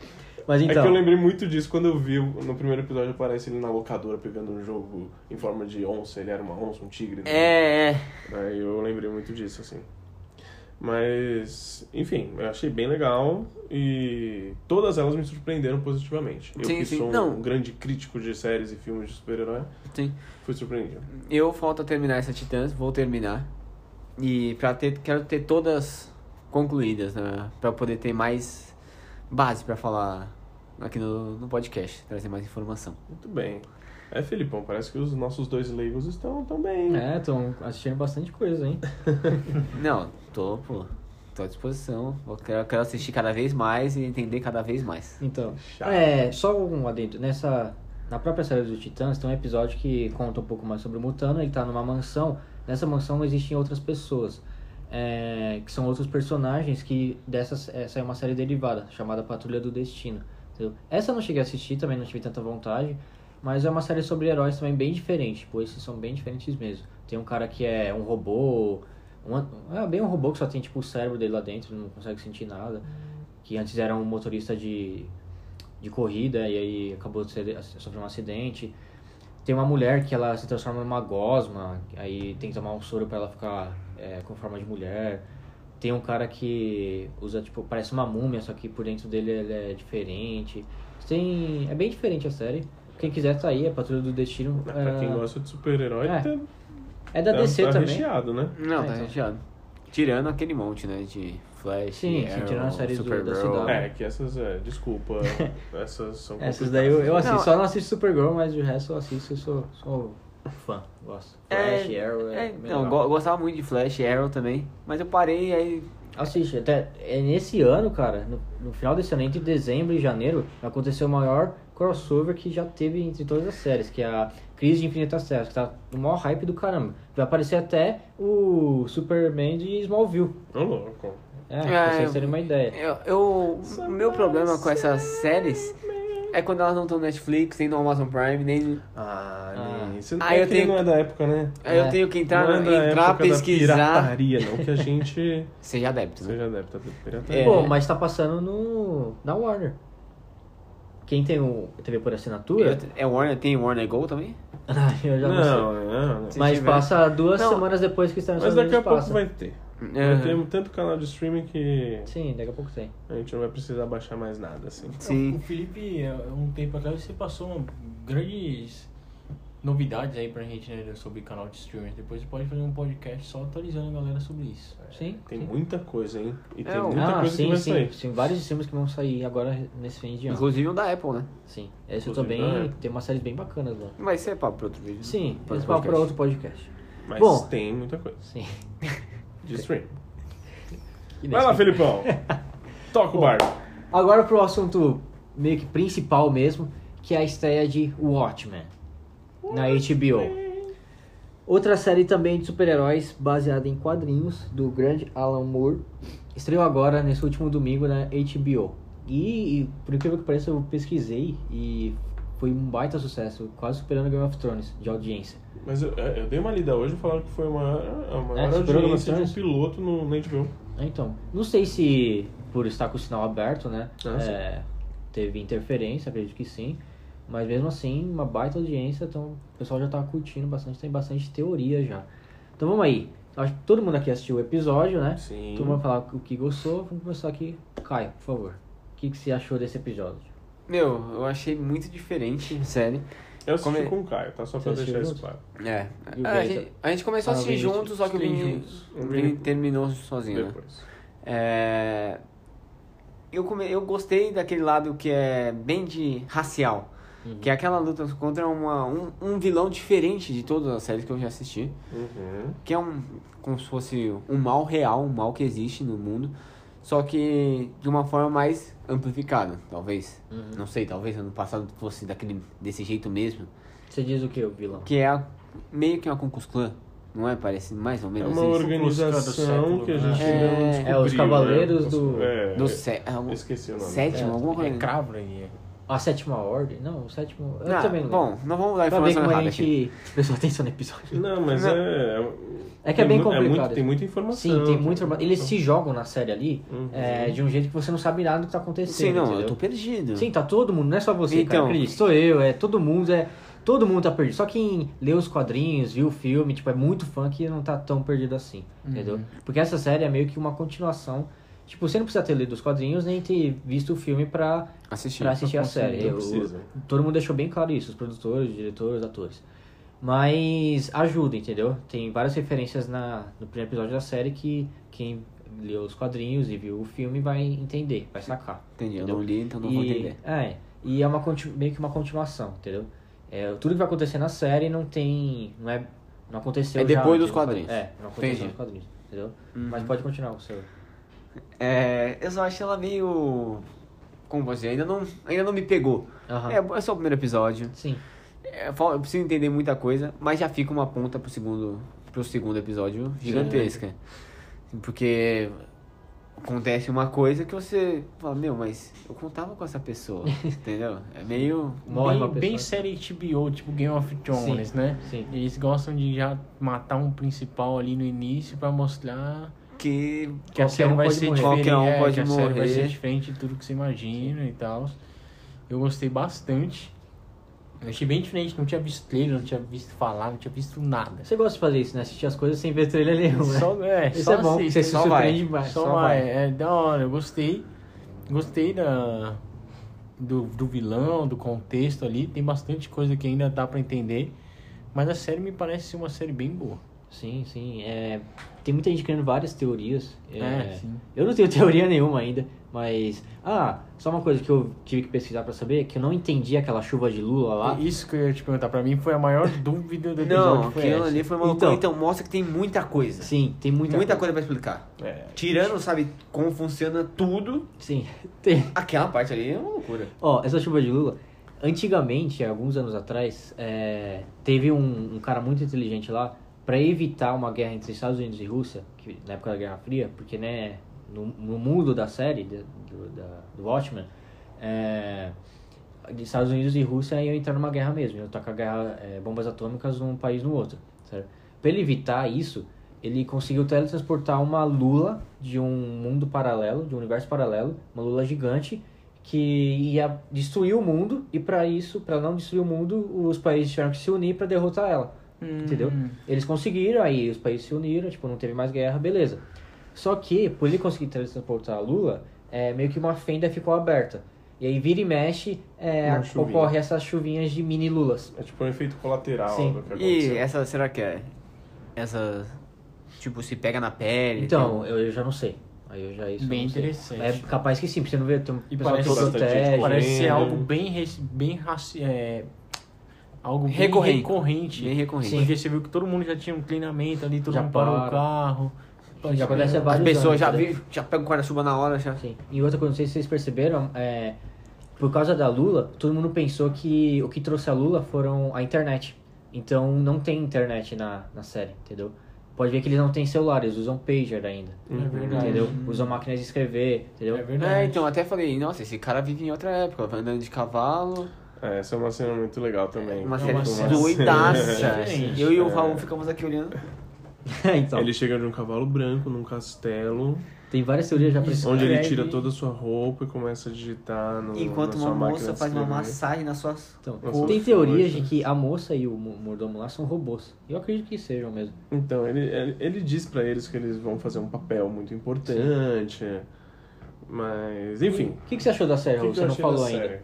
Mas É que eu então. lembrei muito disso quando eu vi o- no primeiro episódio aparece ele na locadora pegando um jogo em forma de onça. Ele era uma onça, um tigre. né? É, é. Aí eu lembrei muito disso, assim. Mas, enfim, eu achei bem legal e todas elas me surpreenderam positivamente. Eu Sim, que sim. sou um Não. grande crítico de séries e filmes de super-herói, Sim. fui surpreendido. Eu falta terminar essa Titãs, vou terminar. E pra ter, quero ter todas concluídas, né? Pra poder ter mais base pra falar aqui no, no podcast, trazer mais informação. Muito bem. É, Felipão, parece que os nossos dois leigos estão tão bem. É, estão assistindo bastante coisa, hein? Não, tô, pô, tô à disposição. Eu quero, quero assistir cada vez mais e entender cada vez mais. Então, Chato. é, só um adendo. Nessa, na própria série dos Titãs tem um episódio que conta um pouco mais sobre o Mutano. Ele tá numa mansão. Nessa mansão existem outras pessoas, é, que são outros personagens que dessa essa é uma série derivada chamada Patrulha do Destino. entendeu? Essa eu não cheguei a assistir, também não tive tanta vontade. Mas é uma série sobre heróis também bem diferente, pois esses são bem diferentes mesmo. Tem um cara que é um robô, um, é bem um robô que só tem tipo o cérebro dele lá dentro, não consegue sentir nada. Que antes era um motorista de, de corrida e aí acabou de ser- sofrer um acidente. Tem uma mulher que ela se transforma numa gosma, aí tem que tomar um soro pra ela ficar é, com forma de mulher. Tem um cara que usa, tipo, parece uma múmia, só que por dentro dele ele é diferente. Tem... É bem diferente a série. Quem quiser tá aí, é Patrulha do Destino. Ah, Pra quem é- gosta de super-herói, É. tá, É da tá- DC tá também. recheado, né? Não, É, tá então. recheado. Tirando aquele monte, né? De Flash, Sim, sim, Arrow, tirando as séries do- da Supergirl. CW. É, que essas, é, desculpa, essas são Essas complicadas. daí eu, eu assisto, Não, só não assisto Supergirl, mas o resto eu assisto, eu sou, sou um fã, gosto. Flash, Arrow, é, é, bem não, eu legal. go- gostava muito de Flash, Arrow também. Mas eu parei aí. Assiste, até é nesse ano, cara, no, no final desse ano, entre dezembro e janeiro, aconteceu o maior crossover que já teve entre todas as séries, que é a Crise de Infinitas Terras, que tá no maior hype do caramba. Vai aparecer até o Superman de Smallville. Ô, louco. É, Ah, pra vocês eu- terem uma ideia. Eu, eu- o meu problema com essas séries é quando elas não estão no Netflix, nem no Amazon Prime, nem. Ah, Ah. nem- Você não, Ah, é eu que ele tenho- não é da época, né? Aí É. eu tenho que entrar, não é da entrar época da pesquisar. pirataria, não, que a gente Seja adepto, né? seja adepto da tá pirataria. É. Pô, mas tá passando no. na Warner. Quem tem o TV por assinatura? Eu- é Warner, tem Warner Go também? eu já Não, é, não sei. não, não. Se Mas tiver. passa duas Não, semanas depois que está nos Mas Estados daqui a Unidos pouco passa. vai ter. É. Vai ter tanto canal de streaming que Sim, daqui a pouco tem. a gente não vai precisar baixar mais nada, assim. O Sim. Felipe, há um tempo atrás, você passou grandes novidades aí pra gente, né, sobre canal de streaming. Depois você pode fazer um podcast só atualizando a galera sobre isso. Sim. Tem sim. muita coisa, hein? E tem É, o- muita ah, coisa sim, que vai sim. sair. Sim, vários filmes que vão sair agora nesse fim de ano. Inclusive um da Apple, né? Sim. Esse Inclusive, também né? tem umas séries bem bacanas lá. Vai ser papo pra outro vídeo. né? Sim, Pra principal para outro podcast. podcast. Mas Bom. tem muita coisa Sim. de streaming. Que Vai lá, desculpa. Felipão. Toca o barco. Agora pro assunto meio que principal mesmo, que é a estreia de Watchmen na HBO. Outra série também de super-heróis baseada em quadrinhos do grande Alan Moore estreou agora nesse último domingo na HBO. E, e, por incrível que pareça, eu pesquisei e foi um baita sucesso, quase superando Game of Thrones de audiência. Mas eu, é, eu dei uma lida hoje e falaram que foi uma, a maior superou Game of audiência de um Thrones? piloto no, no HBO. Então, não sei se por estar com o sinal aberto, né? Ah, sim. é, teve interferência, acredito que sim. Mas mesmo assim, uma baita audiência, então o pessoal já tá curtindo bastante, tem bastante teoria já. Então vamos aí. Acho que todo mundo aqui assistiu o episódio, né? Sim. Todo mundo vai falar o que gostou. Vamos começar aqui. Caio, por favor. O que, que você achou desse episódio? Meu, eu achei muito diferente, sério. Eu assisti Come- com o Caio, tá? Só Você pra assistiu deixar isso junto? claro. É. E o A, Vini- gente, a gente começou Ah, a o assistir Vini- juntos, só que o Sim, Vini, juntos. o Vini terminou sozinho, né? Depois. É, eu, come- eu gostei daquele lado que é bem de racial. Uhum. Que é aquela luta contra uma, um, um vilão diferente de todas as séries que eu já assisti. Uhum. Que é um como se fosse um mal real, um mal que existe no mundo. Só que de uma forma mais amplificada, talvez. Uhum. Não sei, talvez ano passado fosse daquele, desse jeito mesmo. Você diz o que, o vilão? Que é a- meio que uma Ku Klux Klan, não é? Parece mais ou É menos uma isso. organização que a gente É, ainda não é, descobriu. os Cavaleiros né? do- É, Do sé- é um- Esqueci o nome. sétimo, alguma coisa. assim. É cravo, né? A sétima ordem? Não, o sétimo. Eu Ah, também não. bom, não vamos dar pra ver informação como a errada aqui. gente prestou atenção no episódio. Não, mas Não. é... É que é tem bem mu- complicado. muito- tem muita informação. Sim, tem muito trabalho. Eles se jogam na série ali Uhum. é, de um jeito que você não sabe nada do que tá acontecendo. Sim, não, eu entendeu? tô perdido. Sim, tá todo mundo, não é só você, cara. Então. Acredite, sou eu, é todo mundo, é. Todo mundo tá perdido. Só quem leu os quadrinhos, viu o filme, tipo, é muito fã que não tá tão perdido assim. Entendeu? Porque essa série é meio que uma continuação. Tipo, você não precisa ter lido os quadrinhos nem ter visto o filme pra, Assisti. pra assistir a consumir, série. não Eu- precisa. todo mundo deixou bem claro isso, os produtores, os diretores, os atores. Mas ajuda, entendeu? Tem várias referências na, no primeiro episódio da série que quem leu os quadrinhos e viu o filme vai entender, vai sacar. Entendi, eu entendeu? não li, então não e, vou entender. É, e é uma, conti- meio que uma continuação, entendeu? É, tudo que vai acontecer na série não tem. não é. Não aconteceu. É depois já, dos entendeu? quadrinhos. É, não aconteceu Entendi. nos quadrinhos, entendeu? Uhum. Mas pode continuar com o seu. É, eu só achei ela meio. Como você ainda não, ainda não me pegou. Aham. É, é só o primeiro episódio. Sim. É, fal- eu preciso entender muita coisa, mas já fica uma ponta pro segundo, pro segundo episódio gigantesca. Porque acontece uma coisa que você fala, meu, mas eu contava com essa pessoa, entendeu? É meio. Morre uma bem, bem pessoa. série HBO, tipo Game of Thrones, Sim, né? sim. Eles gostam de já matar um principal ali no início pra mostrar Que. que a Qualquer série um vai pode ser morrer. diferente. Qualquer um é, pode que a série vai morrer. ser diferente de tudo que você imagina e tal. Eu gostei bastante. Eu achei bem diferente, não tinha visto trailer, não tinha visto falar, não tinha visto nada. Você gosta de fazer isso, né? Assistir as coisas sem ver trailer nenhum, né? Só, é, Isso só é bom, que assiste, você né? se só surpreende vai, mais. Só vai, é da hora, eu gostei. Gostei da, do, do vilão, do contexto ali. Tem bastante coisa que ainda dá pra entender. Mas a série me parece ser uma série bem boa. Sim, sim. É, tem muita gente criando várias teorias. É, É, sim. Eu não tenho teoria nenhuma ainda, mas. Ah, só uma coisa que eu tive que pesquisar pra saber é que eu não entendi aquela chuva de Lula lá. Isso que eu ia te perguntar. Pra mim foi a maior dúvida do episódio. Não, foi aquilo essa. ali foi uma Então- loucura. Então, mostra que tem muita coisa. Sim, tem muita, muita, coisa pra explicar. É. Tirando, sabe, como funciona tudo, Sim, tem. aquela parte ali é uma loucura. Ó, essa chuva de Lula, antigamente, alguns anos atrás, é, teve um, um cara muito inteligente lá para evitar uma guerra entre Estados Unidos e Rússia, que, na época da Guerra Fria, porque né, no, no mundo da série, de- do, da, do Watchmen, é, Estados Unidos e Rússia iam entrar numa guerra mesmo, iam tocar guerra, é, bombas atômicas num país no outro. Certo? Pra ele evitar isso, ele conseguiu teletransportar uma lula de um mundo paralelo, de um universo paralelo, uma lula gigante, que ia destruir o mundo e para isso, para não destruir o mundo, os países tiveram que se unir para derrotar ela. Entendeu? Eles conseguiram, aí os países se uniram, tipo, não teve mais guerra, beleza. Só que, por ele conseguir teletransportar a Lula, é, meio que uma fenda ficou aberta. E aí vira e mexe, é, Uma chuvinha. ocorre essas chuvinhas de mini Lulas. É tipo um efeito colateral Sim. do que E aconteceu. essa, será que é? Essa. Tipo, se pega na pele. Então, eu, eu já não sei. Aí eu já isso. eu Bem não sei. interessante. É capaz que sim, porque você não vê. Tem um E pessoal parece- que usa Bastante gente é teste. Parece ser Gênero. algo bem, rec- bem raci- é, algo bem Recorrente. recorrente. Bem recorrente. Sim. Porque você viu que todo mundo já tinha um treinamento ali, todo Já mundo parou para. o carro. Já acontece há As vários pessoas anos, já, né? vi, já pegam o guarda-chuva na hora, já. Sim. E outra coisa, não sei se vocês perceberam, é, por causa da Lula, todo mundo pensou que o que trouxe a Lula foram a internet. Então não tem internet na, na série, entendeu? Pode ver que eles não têm celulares, usam pager ainda. É verdade. Entendeu? Usam máquinas de escrever, entendeu? É verdade. É, então, até falei, nossa, esse cara vive em outra época, vai andando de cavalo. É, essa é uma cena muito legal também. Uma É série uma cena doidaça. diferente. Eu e o É. Raul ficamos aqui olhando. então, Ele chega de um cavalo branco num castelo, tem várias teorias já pra isso. onde ele Escreve- tira toda a sua roupa e começa a digitar no, É, Enquanto na sua uma máquina moça de faz uma escrever. massagem nas suas. Então, Nossa, tem que teorias coisa. de que a moça e o mo- mordomo lá são robôs. Eu acredito que sejam mesmo. Então, ele, ele, ele diz pra eles que eles vão fazer um papel muito importante, mas, enfim. É, O que, que você achou da série, O que Raul? que Você eu não achei da falou ainda. série?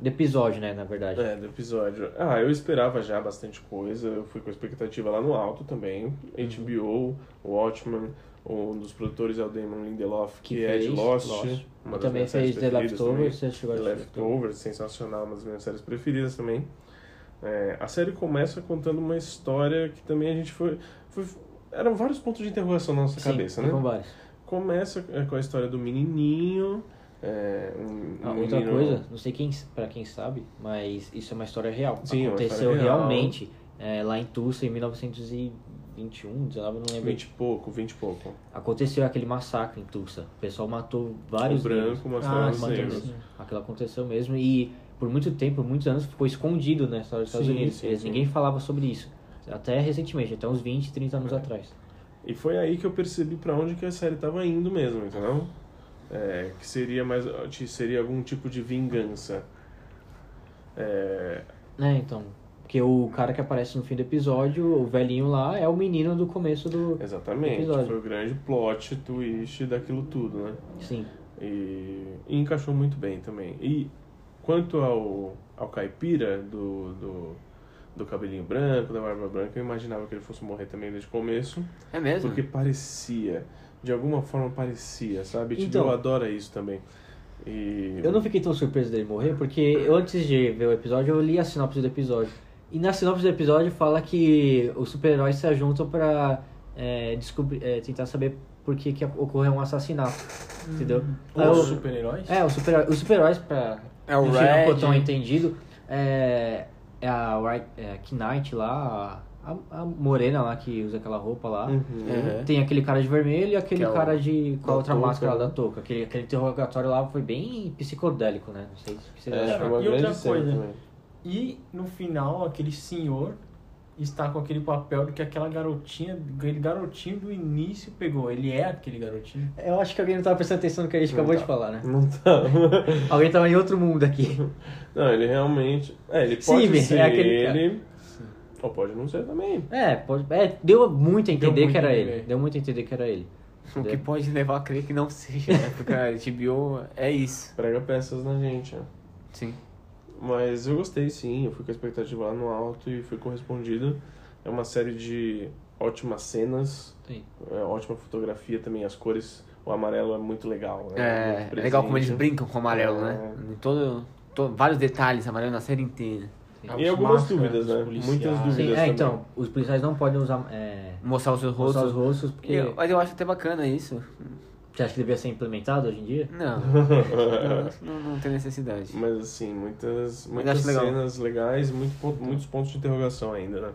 Do episódio, né, na verdade. É, do episódio. Ah, eu esperava já bastante coisa, eu fui com a expectativa lá no alto também. HBO, o Watchmen, um dos produtores é o Damon Lindelof, que, é de fez Lost. uma Eu das também minhas séries fez The preferidas também. Leftovers, você chegou a The assistir. Leftovers, sensacional, uma das minhas séries preferidas também. É, a série começa contando uma história que também a gente foi. foi- eram vários pontos de interrogação na nossa Sim, cabeça, tem né? vários. Começa é, com a história do menininho. é, um, Ah, um outra menino- coisa, não sei quem, para quem sabe, mas isso é uma história real. Sim, é uma Aconteceu história real. realmente é, lá em Tulsa em 1921, 19, não lembro. Vinte e pouco, vinte e pouco. um Aconteceu aquele massacre em Tulsa. O pessoal matou vários o branco, negros. uma Ah, história dos matou sim. negros. negros. Aquilo aconteceu mesmo e por muito tempo, muitos anos, ficou escondido na história dos Estados Sim, Unidos. sim, Eles- sim. Ninguém falava sobre isso. Até recentemente, até uns 20, 30 É. anos atrás. E foi aí que eu percebi pra onde que a série tava indo mesmo, entendeu? É, que seria mais que seria algum tipo de vingança. É, É, então. Porque o cara que aparece no fim do episódio, o velhinho lá, é o menino do começo do. exatamente. Episódio. Foi o grande plot twist daquilo tudo, né? Sim. E, e encaixou muito bem também. E quanto ao, ao caipira do, do, do cabelinho branco, da barba branca, eu imaginava que ele fosse morrer também desde o começo. É mesmo? Porque parecia. De alguma forma parecia, sabe? Então, Então. HBO adora isso também. E... Eu não fiquei tão surpreso dele morrer, porque eu, antes de ver o episódio, eu li a sinopse do episódio. E na sinopse do episódio fala que os super-heróis se juntam pra é, descobrir, é, tentar saber por que, que ocorreu um assassinato. Entendeu? Aí então, eu- Os super-heróis? é, os super- os super-heróis, pra É o quem não um Red. ficou tão entendido, é, é a White- é, a Knight lá, a, a, a morena lá que usa aquela roupa lá. É. Tem aquele cara de vermelho e aquele Que é o- cara de. com a da outra touca, máscara lá né? da touca. Aquele, aquele interrogatório lá foi bem psicodélico, né? Não sei o que vocês É, acharam. foi uma E outra grande cena coisa. também. E no final, aquele senhor está com aquele papel de que aquela garotinha, aquele garotinho do início pegou. Ele é aquele garotinho. Eu acho que alguém não tava prestando atenção no que a gente acabou de falar, né? Não tá. Alguém tava em outro mundo aqui. Não, ele realmente. É, ele Sim, pode é ser aquele cara. ele. Ou pode não ser também. É, pode, é, deu muito a Deu entender muito que era a ele. entender. Deu muito a entender que era ele. O que Entendeu? pode levar a crer que não seja, né? Porque a HBO é isso. Prega peças na gente, né? ó. Sim. Mas eu gostei sim, eu fui com a expectativa lá no alto e fui correspondido. É uma série de ótimas cenas, Sim. é, ótima fotografia também, as cores, o amarelo é muito legal. né? É, Muito é legal como eles presente. brincam com o amarelo, né? Em todo, todo- vários detalhes amarelo na série inteira. E As algumas máscaras dúvidas, dos né? policiais. Muitas Sim, dúvidas. é, também. então, os policiais não podem usar é, Mostrar os seus rostos. mostrar os rostos porque. Eu- mas eu acho até bacana isso. Você acha que deveria ser implementado hoje em dia? Não. não, não, não tem necessidade. Mas assim, muitas, Mas muitas acho legal. cenas legais, muito, pon- muitos pontos de interrogação ainda, né?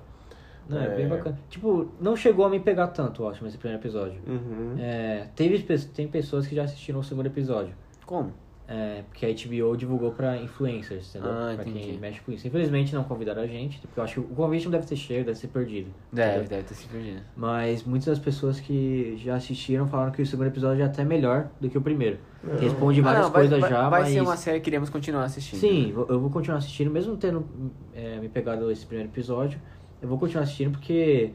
Não, é, bem É. bacana. Tipo, não chegou a me pegar tanto, eu acho, nesse primeiro episódio. Uhum. É, teve, pe- tem pessoas que já assistiram o segundo episódio. Como? É, porque a HBO divulgou pra influencers, entendeu? Ah, pra quem entendi. mexe com isso. Infelizmente não convidaram a gente, porque eu acho que o convite não deve ter cheio, deve ser perdido. Deve, entendeu? deve ter se perdido. Mas muitas das pessoas que já assistiram falaram que o segundo episódio é até melhor do que o primeiro. Responde Ah, várias não, vai- coisas vai, já, vai mas... ser uma série que iremos continuar assistindo. Sim, vou- eu vou continuar assistindo, mesmo tendo é, me pegado esse primeiro episódio, eu vou continuar assistindo porque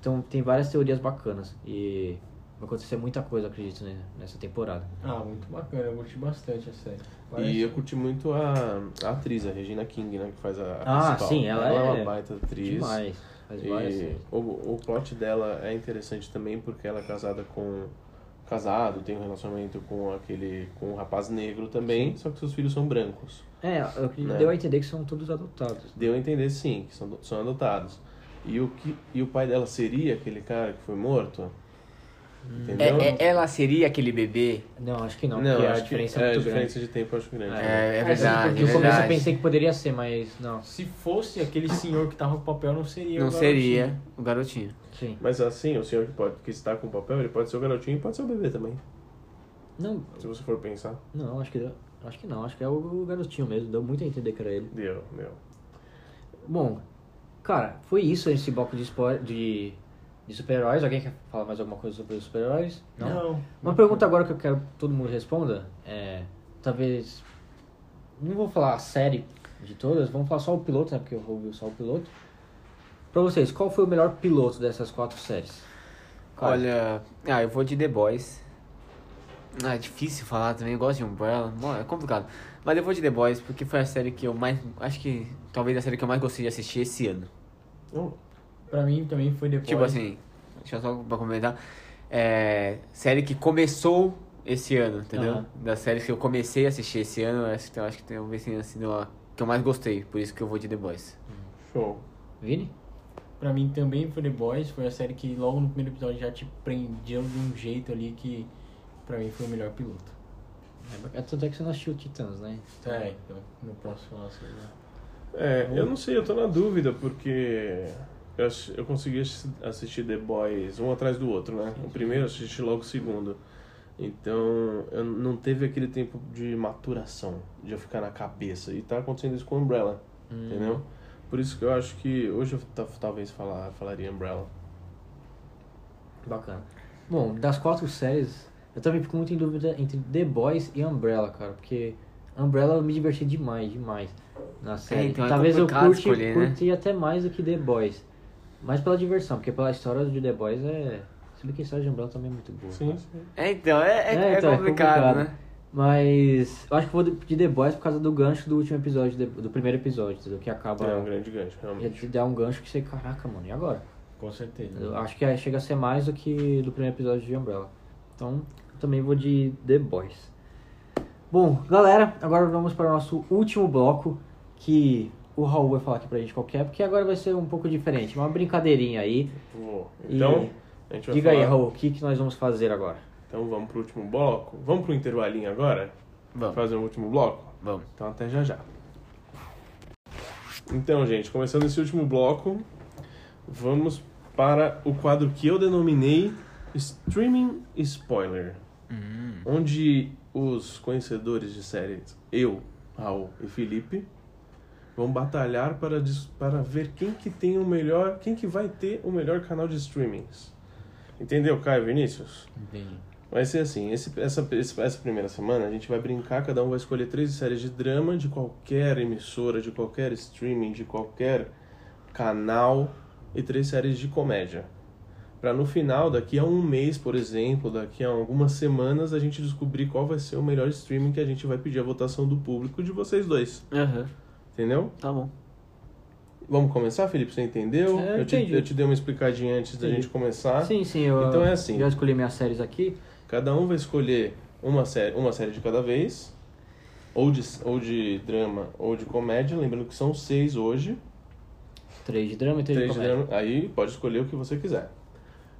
então, tem várias teorias bacanas e vai acontecer muita coisa, acredito, né, nessa temporada. Ah, muito bacana. Eu gostei bastante a série. E Parece- eu curti muito a, a atriz, a Regina King, né? Que faz a a Ah, principal. sim, ela é é uma baita atriz. Demais, faz várias E séries. o, o plot dela é interessante também porque ela é casada com casado, tem um relacionamento com aquele com um rapaz negro também, só que seus filhos são brancos. É, eu acredito- Né? deu a entender que são todos adotados. Deu a entender sim, que são, são adotados. E o que e o pai dela seria aquele cara que foi morto? É, Entendeu? é- ela seria aquele bebê? Não, acho que não, Não, porque a acho diferença que, é a muito grande. diferença de tempo eu acho grande. né? É, é É, verdade, Porque é no começo eu verdade. pensei que poderia ser, mas não, Se fosse aquele senhor que tava com o papel, não seria. Não o seria o garotinho. sim. Mas assim, o senhor que pode que está com o papel, ele pode ser o garotinho e pode ser o bebê também. Não, Se você for pensar, não, acho que deu- acho que não, acho que é o garotinho mesmo, deu muito a entender que era ele. deu, deu. Bom, cara, foi isso esse bloco de, spoiler, de, de super-heróis. Alguém quer falar mais alguma coisa sobre os super-heróis? Não. não. Uma pergunta agora que eu quero que todo mundo responda é. Talvez. Não vou falar a série de todas, vamos falar só o piloto, né? Porque eu ouvi só o piloto. Pra vocês, qual foi o melhor piloto dessas quatro séries? Qual? Olha, ah, eu vou de The Boys. Ah, é difícil falar também, eu gosto de Umbrella, mó- é complicado. Mas eu vou de The Boys porque foi a série que eu mais. Acho que talvez a série que eu mais gostei de assistir esse ano. Hum, Pra mim também foi depois. Tipo assim, deixa eu só pra comentar. É, série que começou esse ano, entendeu? Aham. Das séries que eu comecei a assistir esse ano, essa que eu acho que talvez tenha sido a que eu mais gostei, por isso que eu vou de The Boys. Show. Vini? Pra mim também foi The Boys, foi a série que logo no primeiro episódio já te prendeu de um jeito ali que pra mim foi o melhor piloto. É tanto é que você não assistiu Titãs, né? É, então não posso falar sobre isso. É, eu não sei, eu tô na dúvida, porque eu, ass- eu consegui assi- assistir The Boys um atrás do outro, né? O primeiro eu assisti logo o segundo. Então, eu n- não teve aquele tempo de maturação, de eu ficar na cabeça. E tá acontecendo isso com Umbrella, entendeu? Por isso que eu acho que hoje eu ta- talvez falar, falaria Umbrella. Bacana. Bom, das quatro séries, eu também fico muito em dúvida entre The Boys e Umbrella, cara, porque Umbrella eu me diverti demais, demais na série. então é Talvez eu complicado curte, escolher, né? curti até mais do que The Boys. Mas pela diversão, porque pela história de The Boys é. Se bem que a história de Umbrella também é muito boa. Sim, cara. sim. É, então, é, é, É, é então, é complicado, complicado. né? Mas eu acho que vou de The Boys por causa do gancho do último episódio, de- do primeiro episódio, entendeu? Que acaba. É um grande gancho, Já realmente. te dá um gancho que você, caraca, mano, e agora? Com certeza. Eu acho que é- chega a ser mais do que do primeiro episódio de Umbrella. Então, eu também vou de The Boys. Bom, galera, agora vamos para o nosso último bloco, que o Raul vai falar aqui pra gente qual que é, porque agora vai ser um pouco diferente, uma brincadeirinha aí. Vou. E- Então, a gente vai Diga aí, falar- Raul, o que, que nós vamos fazer agora? Então vamos pro último bloco? Vamos pro intervalinho agora? Vamos, Fazer o último bloco? vamos. Então até já já. Então, gente, começando esse último bloco, Vamos para o quadro que eu denominei Streaming Spoiler. Onde os conhecedores de séries, eu, Raul e Felipe, vão batalhar para, dis- para ver quem que tem o melhor, quem que vai ter o melhor canal de streamings. Entendeu, Caio Vinícius? Entendi. Vai ser assim, esse, essa, esse- essa primeira semana a gente vai brincar, cada um vai escolher três séries de drama de qualquer emissora, de qualquer streaming, de qualquer canal e três séries de comédia. Pra no final, daqui a um mês, por exemplo, daqui a algumas semanas, a gente descobrir qual vai ser o melhor streaming que a gente vai pedir a votação do público de vocês dois, Aham, entendeu? tá bom. Vamos começar, Felipe? Você entendeu? É, eu eu, te, entendi. eu te dei uma explicadinha antes da Entendi. gente começar. Sim, sim, eu Então é assim. já escolhi minhas séries aqui. Cada um vai escolher uma série, uma série de cada vez, ou de, ou de drama ou de comédia, lembrando que são seis hoje. Três de drama e três, Três de de comédia. drama, aí pode escolher o que você quiser.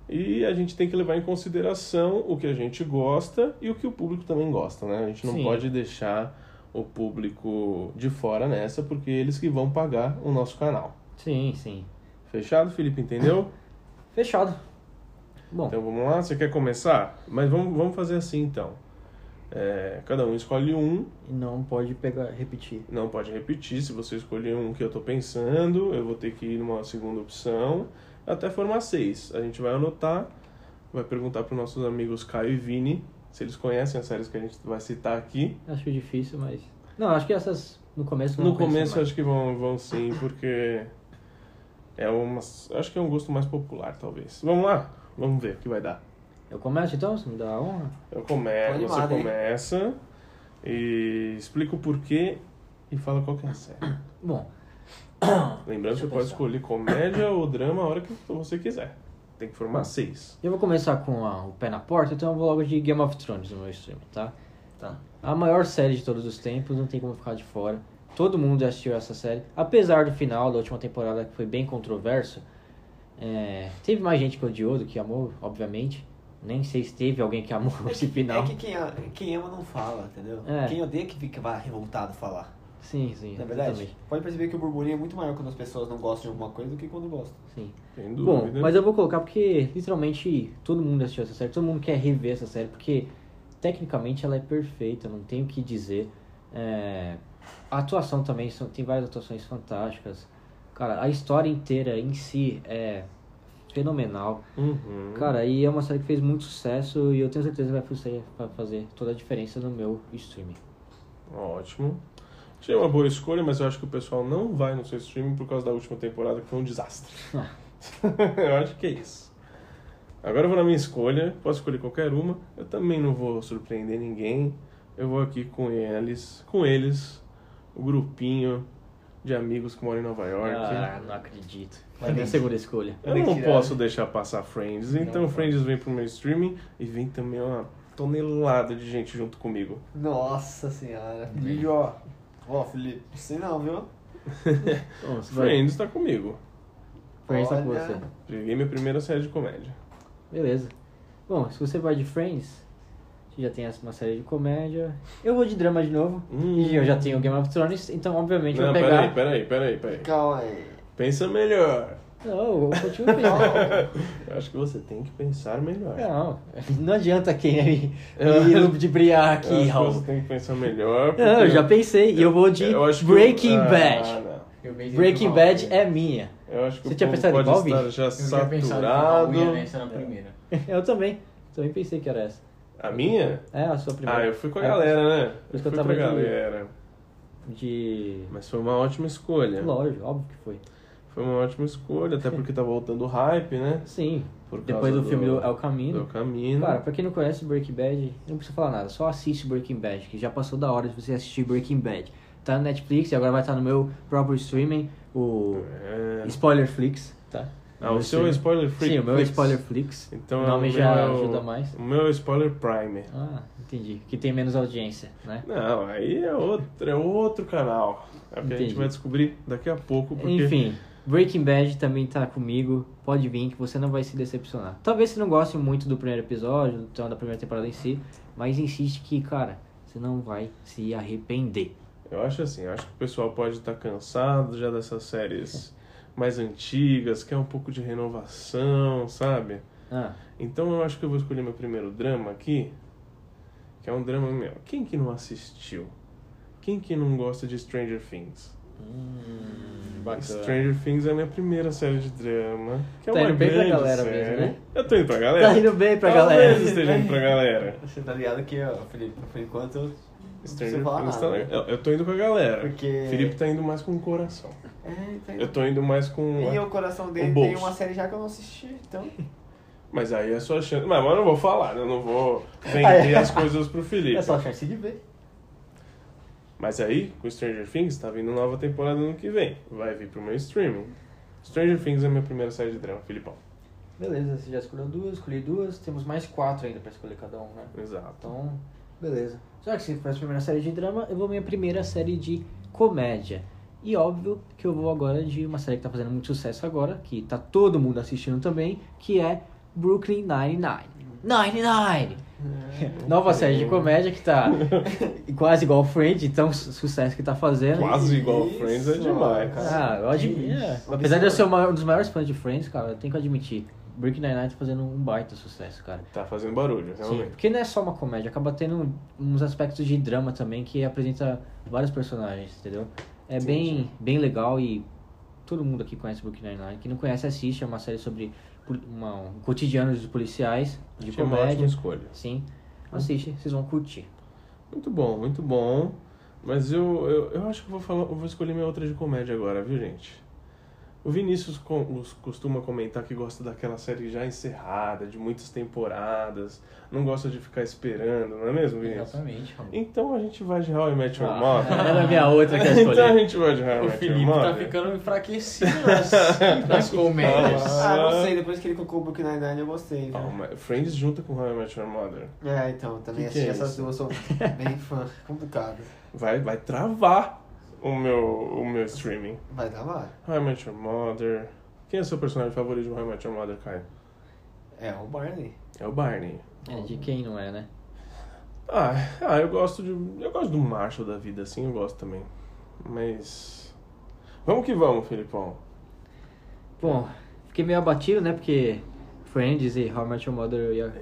E a gente tem que levar em consideração o que a gente gosta e o que o público também gosta, né? A gente não Sim. pode deixar o público de fora nessa, porque é eles que vão pagar o nosso canal. Sim, sim. Fechado, Felipe, entendeu? Fechado. Bom, Então vamos lá, você quer começar? Mas vamos, vamos fazer assim então. É, cada um escolhe um e não pode pegar, repetir. Não pode repetir. Se você escolher um que eu tô pensando, eu vou ter que ir numa segunda opção. Até formar seis. A gente vai anotar, vai perguntar para nossos amigos Caio e Vini se eles conhecem as séries que a gente vai citar aqui. Acho difícil, mas. Não, acho que essas no começo não No começo conheço mais. acho que vão, vão sim, porque é uma. Acho que é um gosto mais popular, talvez. Vamos lá? Vamos ver o que vai dar. Eu começo então, se me dá a honra. Eu começo, Tô você animado, hein? começa e explica o porquê e fala qual que é a série. Bom, Lembrando que Deixa você eu pensar. pode escolher comédia ou drama a hora que você quiser. Tem que formar seis. eu vou começar com a- o pé na porta, então eu vou logo de Game of Thrones no meu stream, tá? Tá. A maior série de todos os tempos, não tem como ficar de fora. Todo mundo já assistiu essa série. Apesar do final da última temporada, que foi bem controverso, é, teve mais gente que odiou do que amou, obviamente. Nem sei se teve alguém que amou esse final. É que quem, a- quem ama não fala, entendeu? É. Quem odeia que fica vai revoltado falar. Sim, sim, Não é verdade? exatamente. Pode perceber que o burburinho é muito maior quando as pessoas não gostam de alguma coisa do que quando gostam. Sim. Sem Bom, dúvida. mas eu vou colocar porque literalmente todo mundo assistiu essa série, todo mundo quer rever essa série, porque tecnicamente ela é perfeita, não tem o que dizer. É, A atuação também, são- tem várias atuações fantásticas. Cara, a história inteira em si é fenomenal. Uhum. Cara, e é uma série que fez muito sucesso e eu tenho certeza que vai fazer, vai fazer toda a diferença no meu streaming. Ótimo. Achei uma boa escolha, mas eu acho que o pessoal não vai no seu streaming por causa da última temporada, que foi um desastre. Ah. eu acho que é isso. Agora eu vou na minha escolha. Posso escolher qualquer uma. Eu também não vou surpreender ninguém. Eu vou aqui com eles, com eles, o grupinho de amigos que moram em Nova York. Ah, não acredito. Vai É minha bem. segunda escolha. Eu Tem que não tirar, posso né? deixar passar Friends, Não então pode. Friends vem pro meu streaming e vem também uma tonelada de gente junto comigo. Nossa senhora. Felipe, ó. Ó, Felipe, não sei não, viu? Bom, você vai- Friends tá comigo. Friends tá com Olha. você. Peguei minha primeira série de comédia. Beleza. Bom, se você vai de Friends, você já tem essa- uma série de comédia. Eu vou de drama de novo. Hum. E eu já tenho Game of Thrones, então obviamente Não, eu vou pegar. peraí, peraí, peraí, peraí. Calma aí. Pensa melhor. Não, eu continuo pensando. Eu acho que você tem que pensar melhor. não, não adianta quem aí Eu- me ludibriar Eu acho aqui, que Raul. você tem que pensar melhor. porque Não, eu já pensei e eu vou de eu acho que o- Breaking Ah, Bad. não. Breaking Bad é minha. Eu acho que Você o tinha povo pensado pode igual, estar Vini? já Eu já pensava em falar saturado. unha, né? Essa era a primeira. Eu também. Também pensei que era essa. A minha? É a sua primeira. Ah, eu fui com a É, galera, né? que eu fui tava com a de- galera. De. Mas é. foi uma ótima escolha. Lógico, óbvio que foi. Foi uma ótima escolha, até porque tá voltando o hype, né? Sim. Por Depois causa do, filme do El do Camino. Camino. Cara, pra quem não conhece Breaking Bad, não precisa falar nada, só assiste Breaking Bad, que já passou da hora de você assistir Breaking Bad. Tá no Netflix e agora vai estar no meu próprio streaming, o É. Spoilerflix, tá? Ah, o seu é Spoiler Free. Sim, o meu é Spoilerflix. Então, o nome meu já é o- ajuda mais. O meu é Spoiler Prime. Ah, entendi. Que tem menos audiência, né? Não, aí é outro, é outro canal. É o que a gente Entendi. vai descobrir daqui a pouco. Porque... Enfim, Breaking Bad também tá comigo. Pode vir que você não vai se decepcionar. Talvez você não goste muito do primeiro episódio, então da primeira temporada em si, mas insiste que, cara, você não vai se arrepender. tá Eu acho assim, eu acho que o pessoal pode estar cansado já dessas séries mais antigas, quer um pouco de renovação, sabe? Ah, Então eu acho que eu vou escolher meu primeiro drama aqui, que é um drama meu. Quem que não assistiu? Quem que não gosta de Stranger Things? Stranger Things é a minha primeira série de drama. Que é Tá uma indo bem pra grande galera série. mesmo, né? Eu tô indo pra galera. tá indo bem pra Talvez galera. esteja indo pra galera. Você tá ligado que, ó, Felipe, por enquanto eu não Stranger preciso falar Things tá nada. né? legal. Eu, eu tô indo com a galera. Porque- Felipe tá indo mais com o coração. É, tá Eu tô indo mais com. E o coração dele tem o bolso. uma série já que eu não assisti, então. Mas aí é sua chance. Mas, mas eu não vou falar, né? eu não vou é vender as coisas pro Felipe. É só a chance de ver. Mas aí, com Stranger Things, tá vindo nova temporada no que vem. Vai vir pro meu streaming. Stranger Things é a minha primeira série de drama, Filipão. Beleza, você já escolheu duas, escolhi duas. Temos mais quatro ainda pra escolher cada um, né? Exato. Então, beleza. Já que você faz a primeira série de drama, eu vou minha primeira série de comédia. E óbvio que eu vou agora de uma série que tá fazendo muito sucesso agora, que tá todo mundo assistindo também, que é Brooklyn Nine-Nine. Nine-Nine! É. Nova série de comédia que tá quase igual Friends, então su- sucesso que tá fazendo. Quase igual isso, Friends é demais. cara. Ah, eu admiro. Que isso. Apesar de eu ser o maior- um dos maiores fãs de Friends, cara, eu tenho que admitir. Brooklyn Nine-Nine tá fazendo um baita sucesso, cara. Tá fazendo barulho, Sim, realmente. porque não é só uma comédia, acaba tendo uns aspectos de drama também que apresenta vários personagens, entendeu? É bem, bem legal e todo mundo aqui conhece Brooklyn Nine-Nine. Quem não conhece, assiste. É uma série sobre poli- uma, um cotidiano dos policiais, de Achei uma ótima comédia. escolha. Sim, assiste, vocês vão curtir. Muito bom, muito bom. Mas eu, eu, eu acho que eu vou, falar, eu vou escolher minha outra de comédia agora, viu, gente? O Vinícius com- os- costuma comentar que gosta daquela série já encerrada, de muitas temporadas, não gosta de ficar esperando, não é mesmo, Vinícius? Exatamente, Ramon. Então a gente vai de How I Met Ah. Your Mother. Era a é minha outra que eu Então a escolhi. gente vai de How I O Met Your Felipe tá Mother. ficando enfraquecido né? nas, tá nas comédias. Ah, não sei, depois que ele colocou o Book Nine Nine eu gostei. É. Ah, viu? uma- Friends junta com How I Met Your Mother. É, então, também Que que assisti é essas isso? duas, sou bem fã. Complicado. Vai, vai travar o meu, o meu streaming. Vai dar mal. How I Met Your Mother. Quem é seu personagem favorito de How I Met Your Mother, Caio? É, o Barney. É o Barney. É, de quem não é, né? Ah, ah, eu gosto de. Eu gosto do Marshall da vida, assim, eu gosto também. Mas. Vamos que vamos, Filipão. Bom, fiquei meio abatido, né? Porque Friends e How I Met Your Mother eu ia-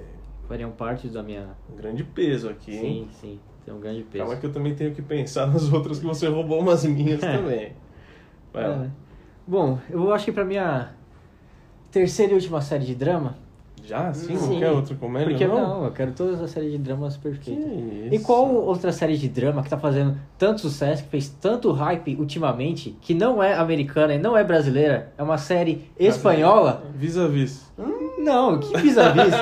fariam parte da minha... Um grande peso aqui, hein? Sim, sim, tem um grande peso. Calma que eu também tenho que pensar nas outras que você roubou umas minhas também. Vai É. lá. Bom, eu acho que pra minha terceira e última série de drama. Já? Sim? Sim. Qualquer outro comédia? porque não? não, eu quero todas as séries de dramas Que perfeitas. isso? E qual outra série de drama que tá fazendo tanto sucesso, que fez tanto hype ultimamente, que não é americana e não é brasileira, é uma série espanhola? Vis-a-vis. Não, que vis-a-vis?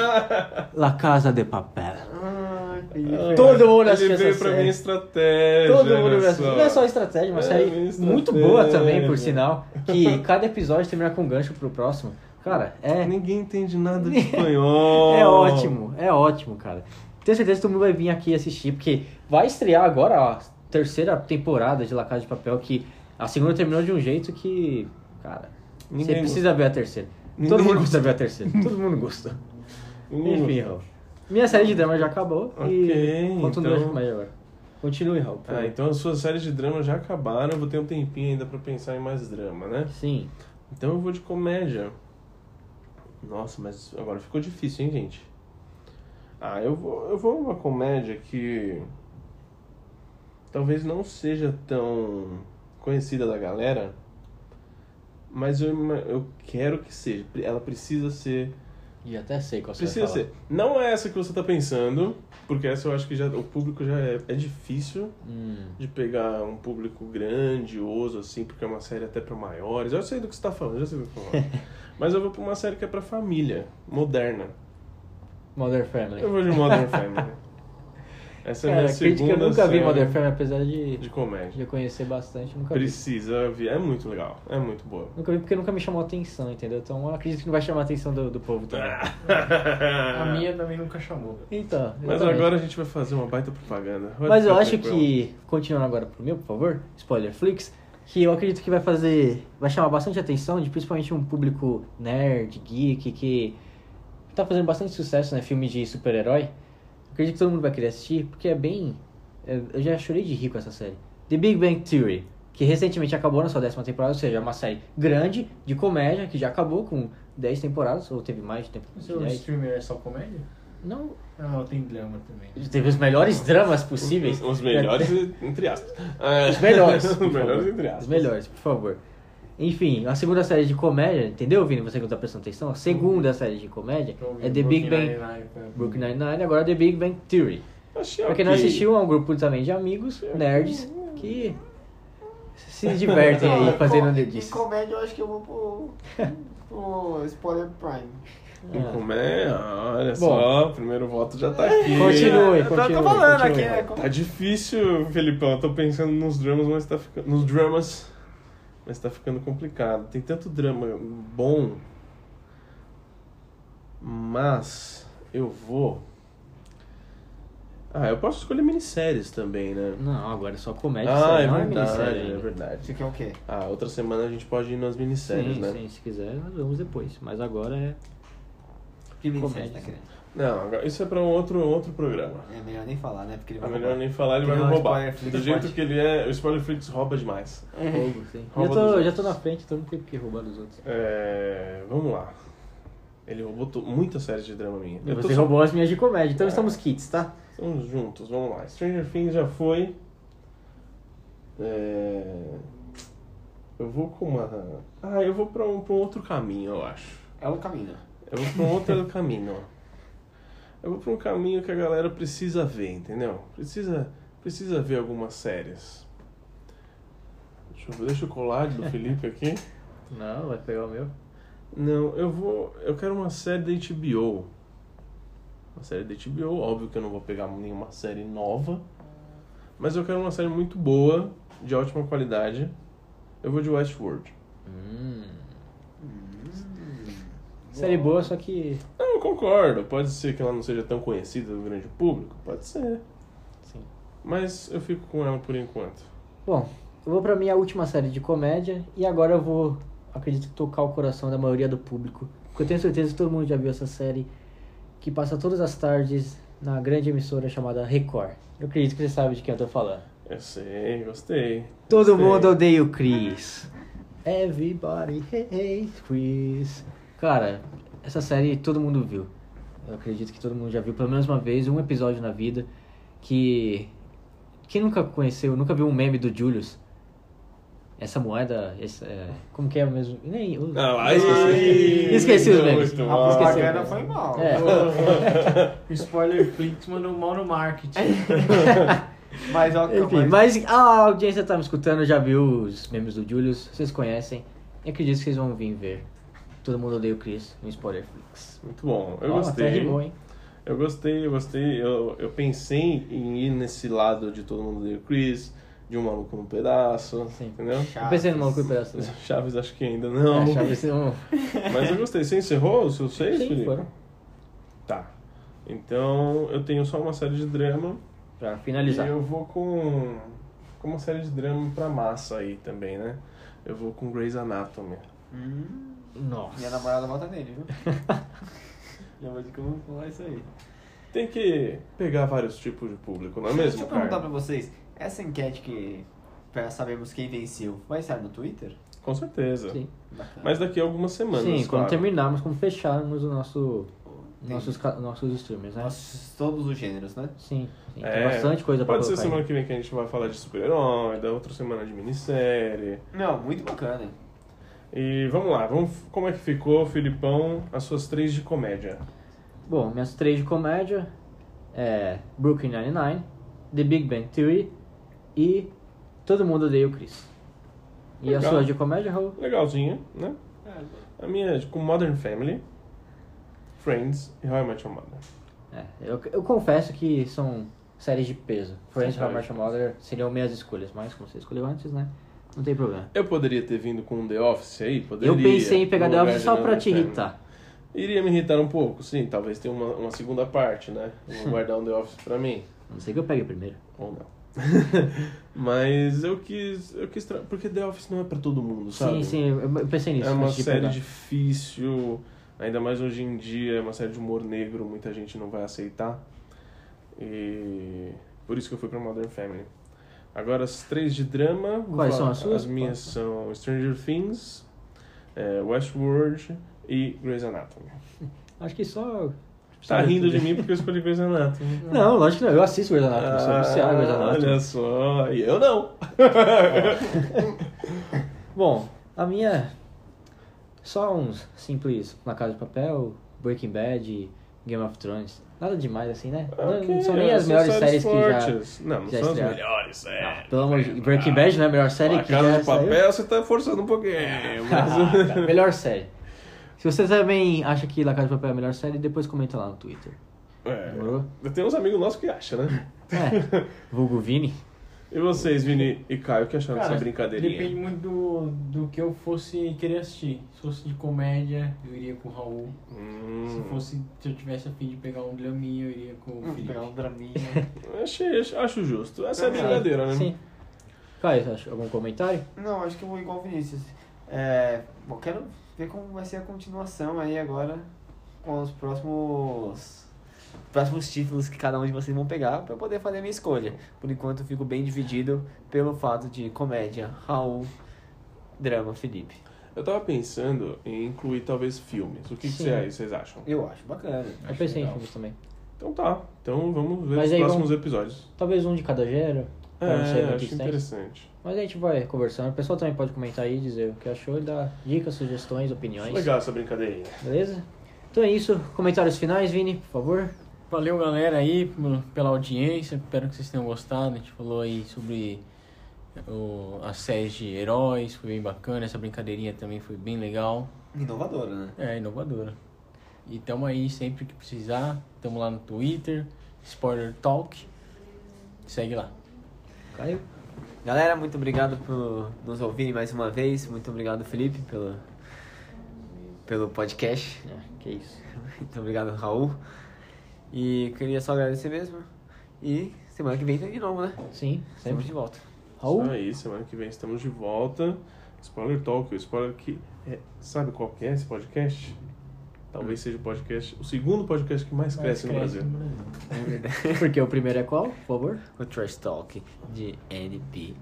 La Casa de Papel. Ah, Felipe. Todo mundo Ele assistiu veio essa pra série. minha estratégia. Todo mundo olha me assiste. Não é só estratégia, uma É, série minha estratégia. né? muito boa também, por sinal. Que cada episódio termina com um gancho pro próximo. Cara, é. Ninguém entende nada de espanhol. É ótimo, é ótimo, cara. Tenho certeza que todo mundo vai vir aqui assistir, porque vai estrear agora ó, a terceira temporada de La Casa de Papel, que a segunda terminou de um jeito que, cara, Ninguém você precisa ver a terceira. Ninguém todo mundo precisa gosta. ver a terceira. Todo mundo gosta. Ninguém Enfim, gosta. Raul. Minha série de drama já acabou Ok, e continua então- com mais agora. Continue, Raul. por Ah, favor. então as suas séries de drama já acabaram. Eu vou ter um tempinho ainda pra pensar em mais drama, né? Sim. Então eu vou de comédia. Nossa, mas agora ficou difícil, hein, gente? Ah, eu vou, eu vou uma comédia que talvez não seja tão conhecida da galera, mas eu, ima- eu quero que seja. Ela precisa ser. E até sei qual você vai Precisa falar. ser. Não é essa que você tá pensando, porque essa eu acho que já o público já é, é difícil Hum, de pegar um público grandioso, assim, porque é uma série até pra maiores. Eu sei do que você tá falando, já sei do que eu tô falando. Mas eu vou pra uma série que é pra família, moderna. Mother Family. Eu vou de Modern Family. Essa é a Cara, minha crítica, segunda eu nunca série vi Mother Family, apesar de, de comédia. de conhecer bastante, nunca vi. Precisa ver, é muito legal, é muito boa. Nunca vi porque nunca me chamou atenção, entendeu? Então eu acredito que não vai chamar a atenção do, do povo também. A minha também nunca chamou. Então, Mas exatamente. agora a gente vai fazer uma baita propaganda. Vai Mas eu ficar acho tranquilo. que, um- continuando agora pro meu, por favor, spoiler flix, que eu acredito que vai fazer, vai chamar bastante atenção de principalmente um público nerd, geek, que tá fazendo bastante sucesso, né? Filme de super-herói. Acredito que todo mundo vai querer assistir, porque é bem... é- Eu já chorei de rir com essa série. The Big Bang Theory. que recentemente acabou na sua décima temporada, ou seja, é uma série grande de comédia que já acabou com 10 temporadas, ou teve mais de O temporadas. seu dez. streamer é só comédia? Não, Ah, tem drama também. teve os melhores dramas possíveis. Os melhores, entre aspas. É. Os melhores. Os por melhores, favor. entre aspas. Os melhores, por favor. Enfim, a segunda série de comédia, entendeu, Vini? Você que não tá prestando atenção? A segunda série de comédia Uhum. Tô ouvindo é The Big Brooklyn Bang. Nine-Nine, tá? Brooklyn Nine-Nine, agora The Big Bang Theory. Achei Pra quem não ok. assistiu, é um grupo também de amigos, nerds, que se divertem Não, aí em fazendo co- nerdices. Em comédia eu acho que eu vou pro, pro Spoiler Prime. Ah, Como é? Olha só, Bom. É. o primeiro voto já tá aqui. Continue, Eu tô- continue. Tô falando continue. aqui, né? como- Tá difícil, Felipão. Eu tô pensando nos dramas, mas tá ficando. Nos dramas. Mas tá ficando complicado. Tem tanto drama bom. Mas eu vou. Ah, eu posso escolher minisséries também, né? Não, agora é só comédia, ah, série, é não é verdade, minissérie. é ainda. verdade. Você quer o quê? Ah, outra semana a gente pode ir nas minisséries, Sim, né? sim, se quiser, nós vamos depois. Mas agora é Que minissérie tá você tá querendo? Não, agora- isso é pra um outro, outro programa. É melhor nem falar, né? Porque ele É vai melhor roubar. nem falar, ele Tem vai me um roubar. spoiler flix, Do jeito pode. que ele é, o Spoiler Flix rouba demais. roubo, sim. Rouba Já tô, dos já outros. tô na frente, então não tem porque roubar dos outros. É, vamos lá. Ele roubou to- muita série de drama minha. E Eu tô você só- roubou as minhas de comédia, então É. estamos kits, tá? Estamos juntos, vamos lá. Stranger Things já foi. É, Eu vou com uma. Ah, eu vou pra um, pra um outro caminho, eu acho. É o caminho. Eu vou pra um outro caminho. Eu vou pra um caminho que a galera precisa ver, entendeu? Precisa, precisa ver algumas séries. Deixa eu, deixa eu colar do Felipe aqui. Não, vai pegar o meu. Não, eu vou. Eu quero uma série da HBO. Uma série da HBO, óbvio que eu não vou pegar nenhuma série nova. Mas eu quero uma série muito boa, de ótima qualidade. Eu vou de Westworld. Série boa, só que. Não, eu concordo. Pode ser que ela não seja tão conhecida do grande público. Pode ser. Sim. Mas eu fico com ela por enquanto. Bom, eu vou pra minha última série de comédia e agora eu vou, acredito que tocar o coração da maioria do público. Porque eu tenho certeza que todo mundo já viu essa série que passa todas as tardes na grande emissora chamada Record. Eu acredito que você sabe de quem eu tô falando. Eu sei, gostei. Todo Gostei. mundo odeia o Chris. Everybody hates Chris. Cara, essa série todo mundo viu. Eu acredito que todo mundo já viu pelo menos uma vez, um episódio na vida. Que. Quem nunca conheceu, nunca viu um meme do Julius? Essa moeda. Essa, é, como que é mesmo? Nem. eu- Ah, lá, eu esqueci. aí, Esqueci os muito memes. bom. A Esqueci propaganda mesmo. foi mal. É. O Spoiler Flix mandou mal no marketing. Mas ó, Enfim, mas a audiência tá me escutando, já viu os memes do Julius, vocês conhecem. E acredito que vocês vão vir ver. Todo mundo odeia o Chris no Spoiler Flix. Muito bom. Eu Ó, gostei. Até rimou, hein? Eu gostei, eu gostei. Eu, eu pensei em ir nesse lado de todo mundo odeia o Chris, de um maluco no pedaço, Sim. entendeu? Eu pensei no maluco e pedaço. né? Chaves acho que ainda não. É, Chaves, não. Mas eu gostei. Você encerrou os seus seis, Sim, Felipe? foram. Tá. Então eu tenho só uma série de drama. Pra E finalizar. eu vou com, com uma série de drama pra massa aí também, né? Eu vou com Grey's Anatomy. Hum, Minha Nossa. namorada vota nele, viu? Já vou de que eu vou falar isso aí. Tem que pegar vários tipos de público, não é Deixa mesmo, eu perguntar cara? pra vocês, essa enquete que pra sabermos quem venceu, vai estar no Twitter? Com certeza. Sim, Bacana. Mas daqui a algumas semanas, Sim quando claro. terminarmos, quando fecharmos o nosso, Tem nossos, ca- nossos streamers, né? nossos- todos os gêneros, né? Sim, sim, tem É, bastante coisa pra Pode ser colocar. semana aí. que vem que a gente vai falar de super-herói, da outra semana de minissérie. Não, muito bacana. E vamos lá, vamos, como é que ficou, Filipão, as suas três de comédia? Bom, minhas três de comédia é Brooklyn Nine-Nine, The Big Bang Theory e Todo Mundo Odeia o Chris. E a Legal. sua de comédia, Raul? Legalzinha, né? A minha é com Modern Family, Friends e How I Met Your Mother. É, eu, eu confesso que são séries de peso. Friends e How I Met Your tá. Mother seriam minhas escolhas, mas como você escolheu antes, né? Não tem problema. Eu poderia ter vindo com um The Office aí? Poderia. Eu pensei em pegar no The lugar Office de só pra Modern te Family. irritar. Iria me irritar um pouco, sim. Talvez tenha uma, uma segunda parte, né? Eu Hum. Vou guardar um The Office pra mim. A não ser que eu pegue primeiro. Ou não. Mas eu quis. Eu quis tra- Porque The Office não é pra todo mundo, sabe? Sim, sim, eu eu pensei nisso. É uma antes de série pegar. difícil, ainda mais hoje em dia, é uma série de humor negro, muita gente não vai aceitar. E por isso que eu fui pra Modern Family. Agora as três de drama. vou Quais são falar- as suas? minhas são Stranger Things, é, Westworld e Grey's Anatomy. Acho que só. Tá rindo de mim porque eu escolhi Grey's Anatomy. Não, lógico que não. Eu assisto Grey's Anatomy, sou viciado em Grey's Ah, Anatomy. Olha só, e eu não. Bom, a minha. Só uns simples Na Casa de Papel, Breaking Bad e Game of Thrones. Nada demais assim, né? Não- não É, Ok, são nem as melhores séries que já. fortes. Não, não já são as estrearam. melhores, é. Pelo amor de Breaking Bad não é a melhor série A que já Casa de saiu? Papel, você tá forçando um pouquinho. mas- Ah, cara, melhor série. Se você também acha que La Casa de Papel é a melhor série, depois comenta lá no Twitter. Demorou? É, tem uns amigos nossos que acham, né? É, vulgo Vini. E vocês, Vini e Caio, que acharam dessa brincadeirinha? Depende muito do, do que eu fosse querer assistir. Se fosse de comédia, eu iria com o Raul. Hum, Se fosse, se eu tivesse a fim de pegar um draminha, eu iria com o Felipe. Pegar um draminha. achei, acho- acho justo. Essa é a É, brincadeira, né? Ah, Sim. Caio, acha algum comentário? Não, acho que eu vou igual o Vinícius. É, bom, quero ver como vai ser a continuação aí agora com os próximos próximos títulos que cada um de vocês vão pegar pra eu poder fazer a minha escolha. Por enquanto eu fico bem dividido pelo fato de comédia, Raul, drama, Felipe. Eu tava pensando em incluir talvez filmes. O que, que Sim. cê- vocês acham? Eu acho bacana. Eu acho pensei em legal. filmes também. Então tá. Então vamos ver Mas os aí próximos episódios. Talvez um de cada gênero. pra não sair É, muito acho distante. interessante. Mas a gente vai conversando. O pessoal também pode comentar aí, dizer o que achou e dar dicas, sugestões, opiniões. Legal essa brincadeirinha. Beleza? Então é isso. Comentários finais, Vini, por favor. Valeu, galera, aí pelo- pela audiência. Espero que vocês tenham gostado. A gente falou aí sobre o, as séries de heróis. Foi bem bacana. Essa brincadeirinha também foi bem legal. Inovadora, né? É, inovadora. E tamo aí sempre que precisar. Tamo lá no Twitter, Spoiler Talk. Segue lá. Caio. Galera, muito obrigado por nos ouvirem mais uma vez. Muito obrigado, Felipe, pelo, pelo podcast. É, que isso. Muito obrigado, Raul. E queria só agradecer mesmo. E semana que vem tem de novo, né? Sim, Estamos sempre. de volta. Raul? Então é Isso aí, semana que vem estamos de volta. Spoiler Talk, o spoiler que. é- sabe qual que é esse podcast? Talvez seja o podcast, o segundo podcast que Hum. mais, cresce, no Brasil. Porque o primeiro é qual, por favor? O Trash Talk de NBA.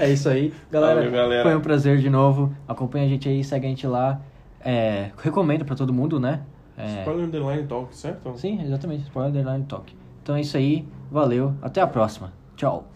É isso aí. Galera, Valeu, galera. foi um prazer de novo. Acompanha a gente aí, segue a gente lá. É, recomendo pra todo mundo, né? É, Spoiler Underline Talk, certo? sim, exatamente. Spoiler Underline Talk. Então é isso aí. Valeu. Até a próxima. Tchau.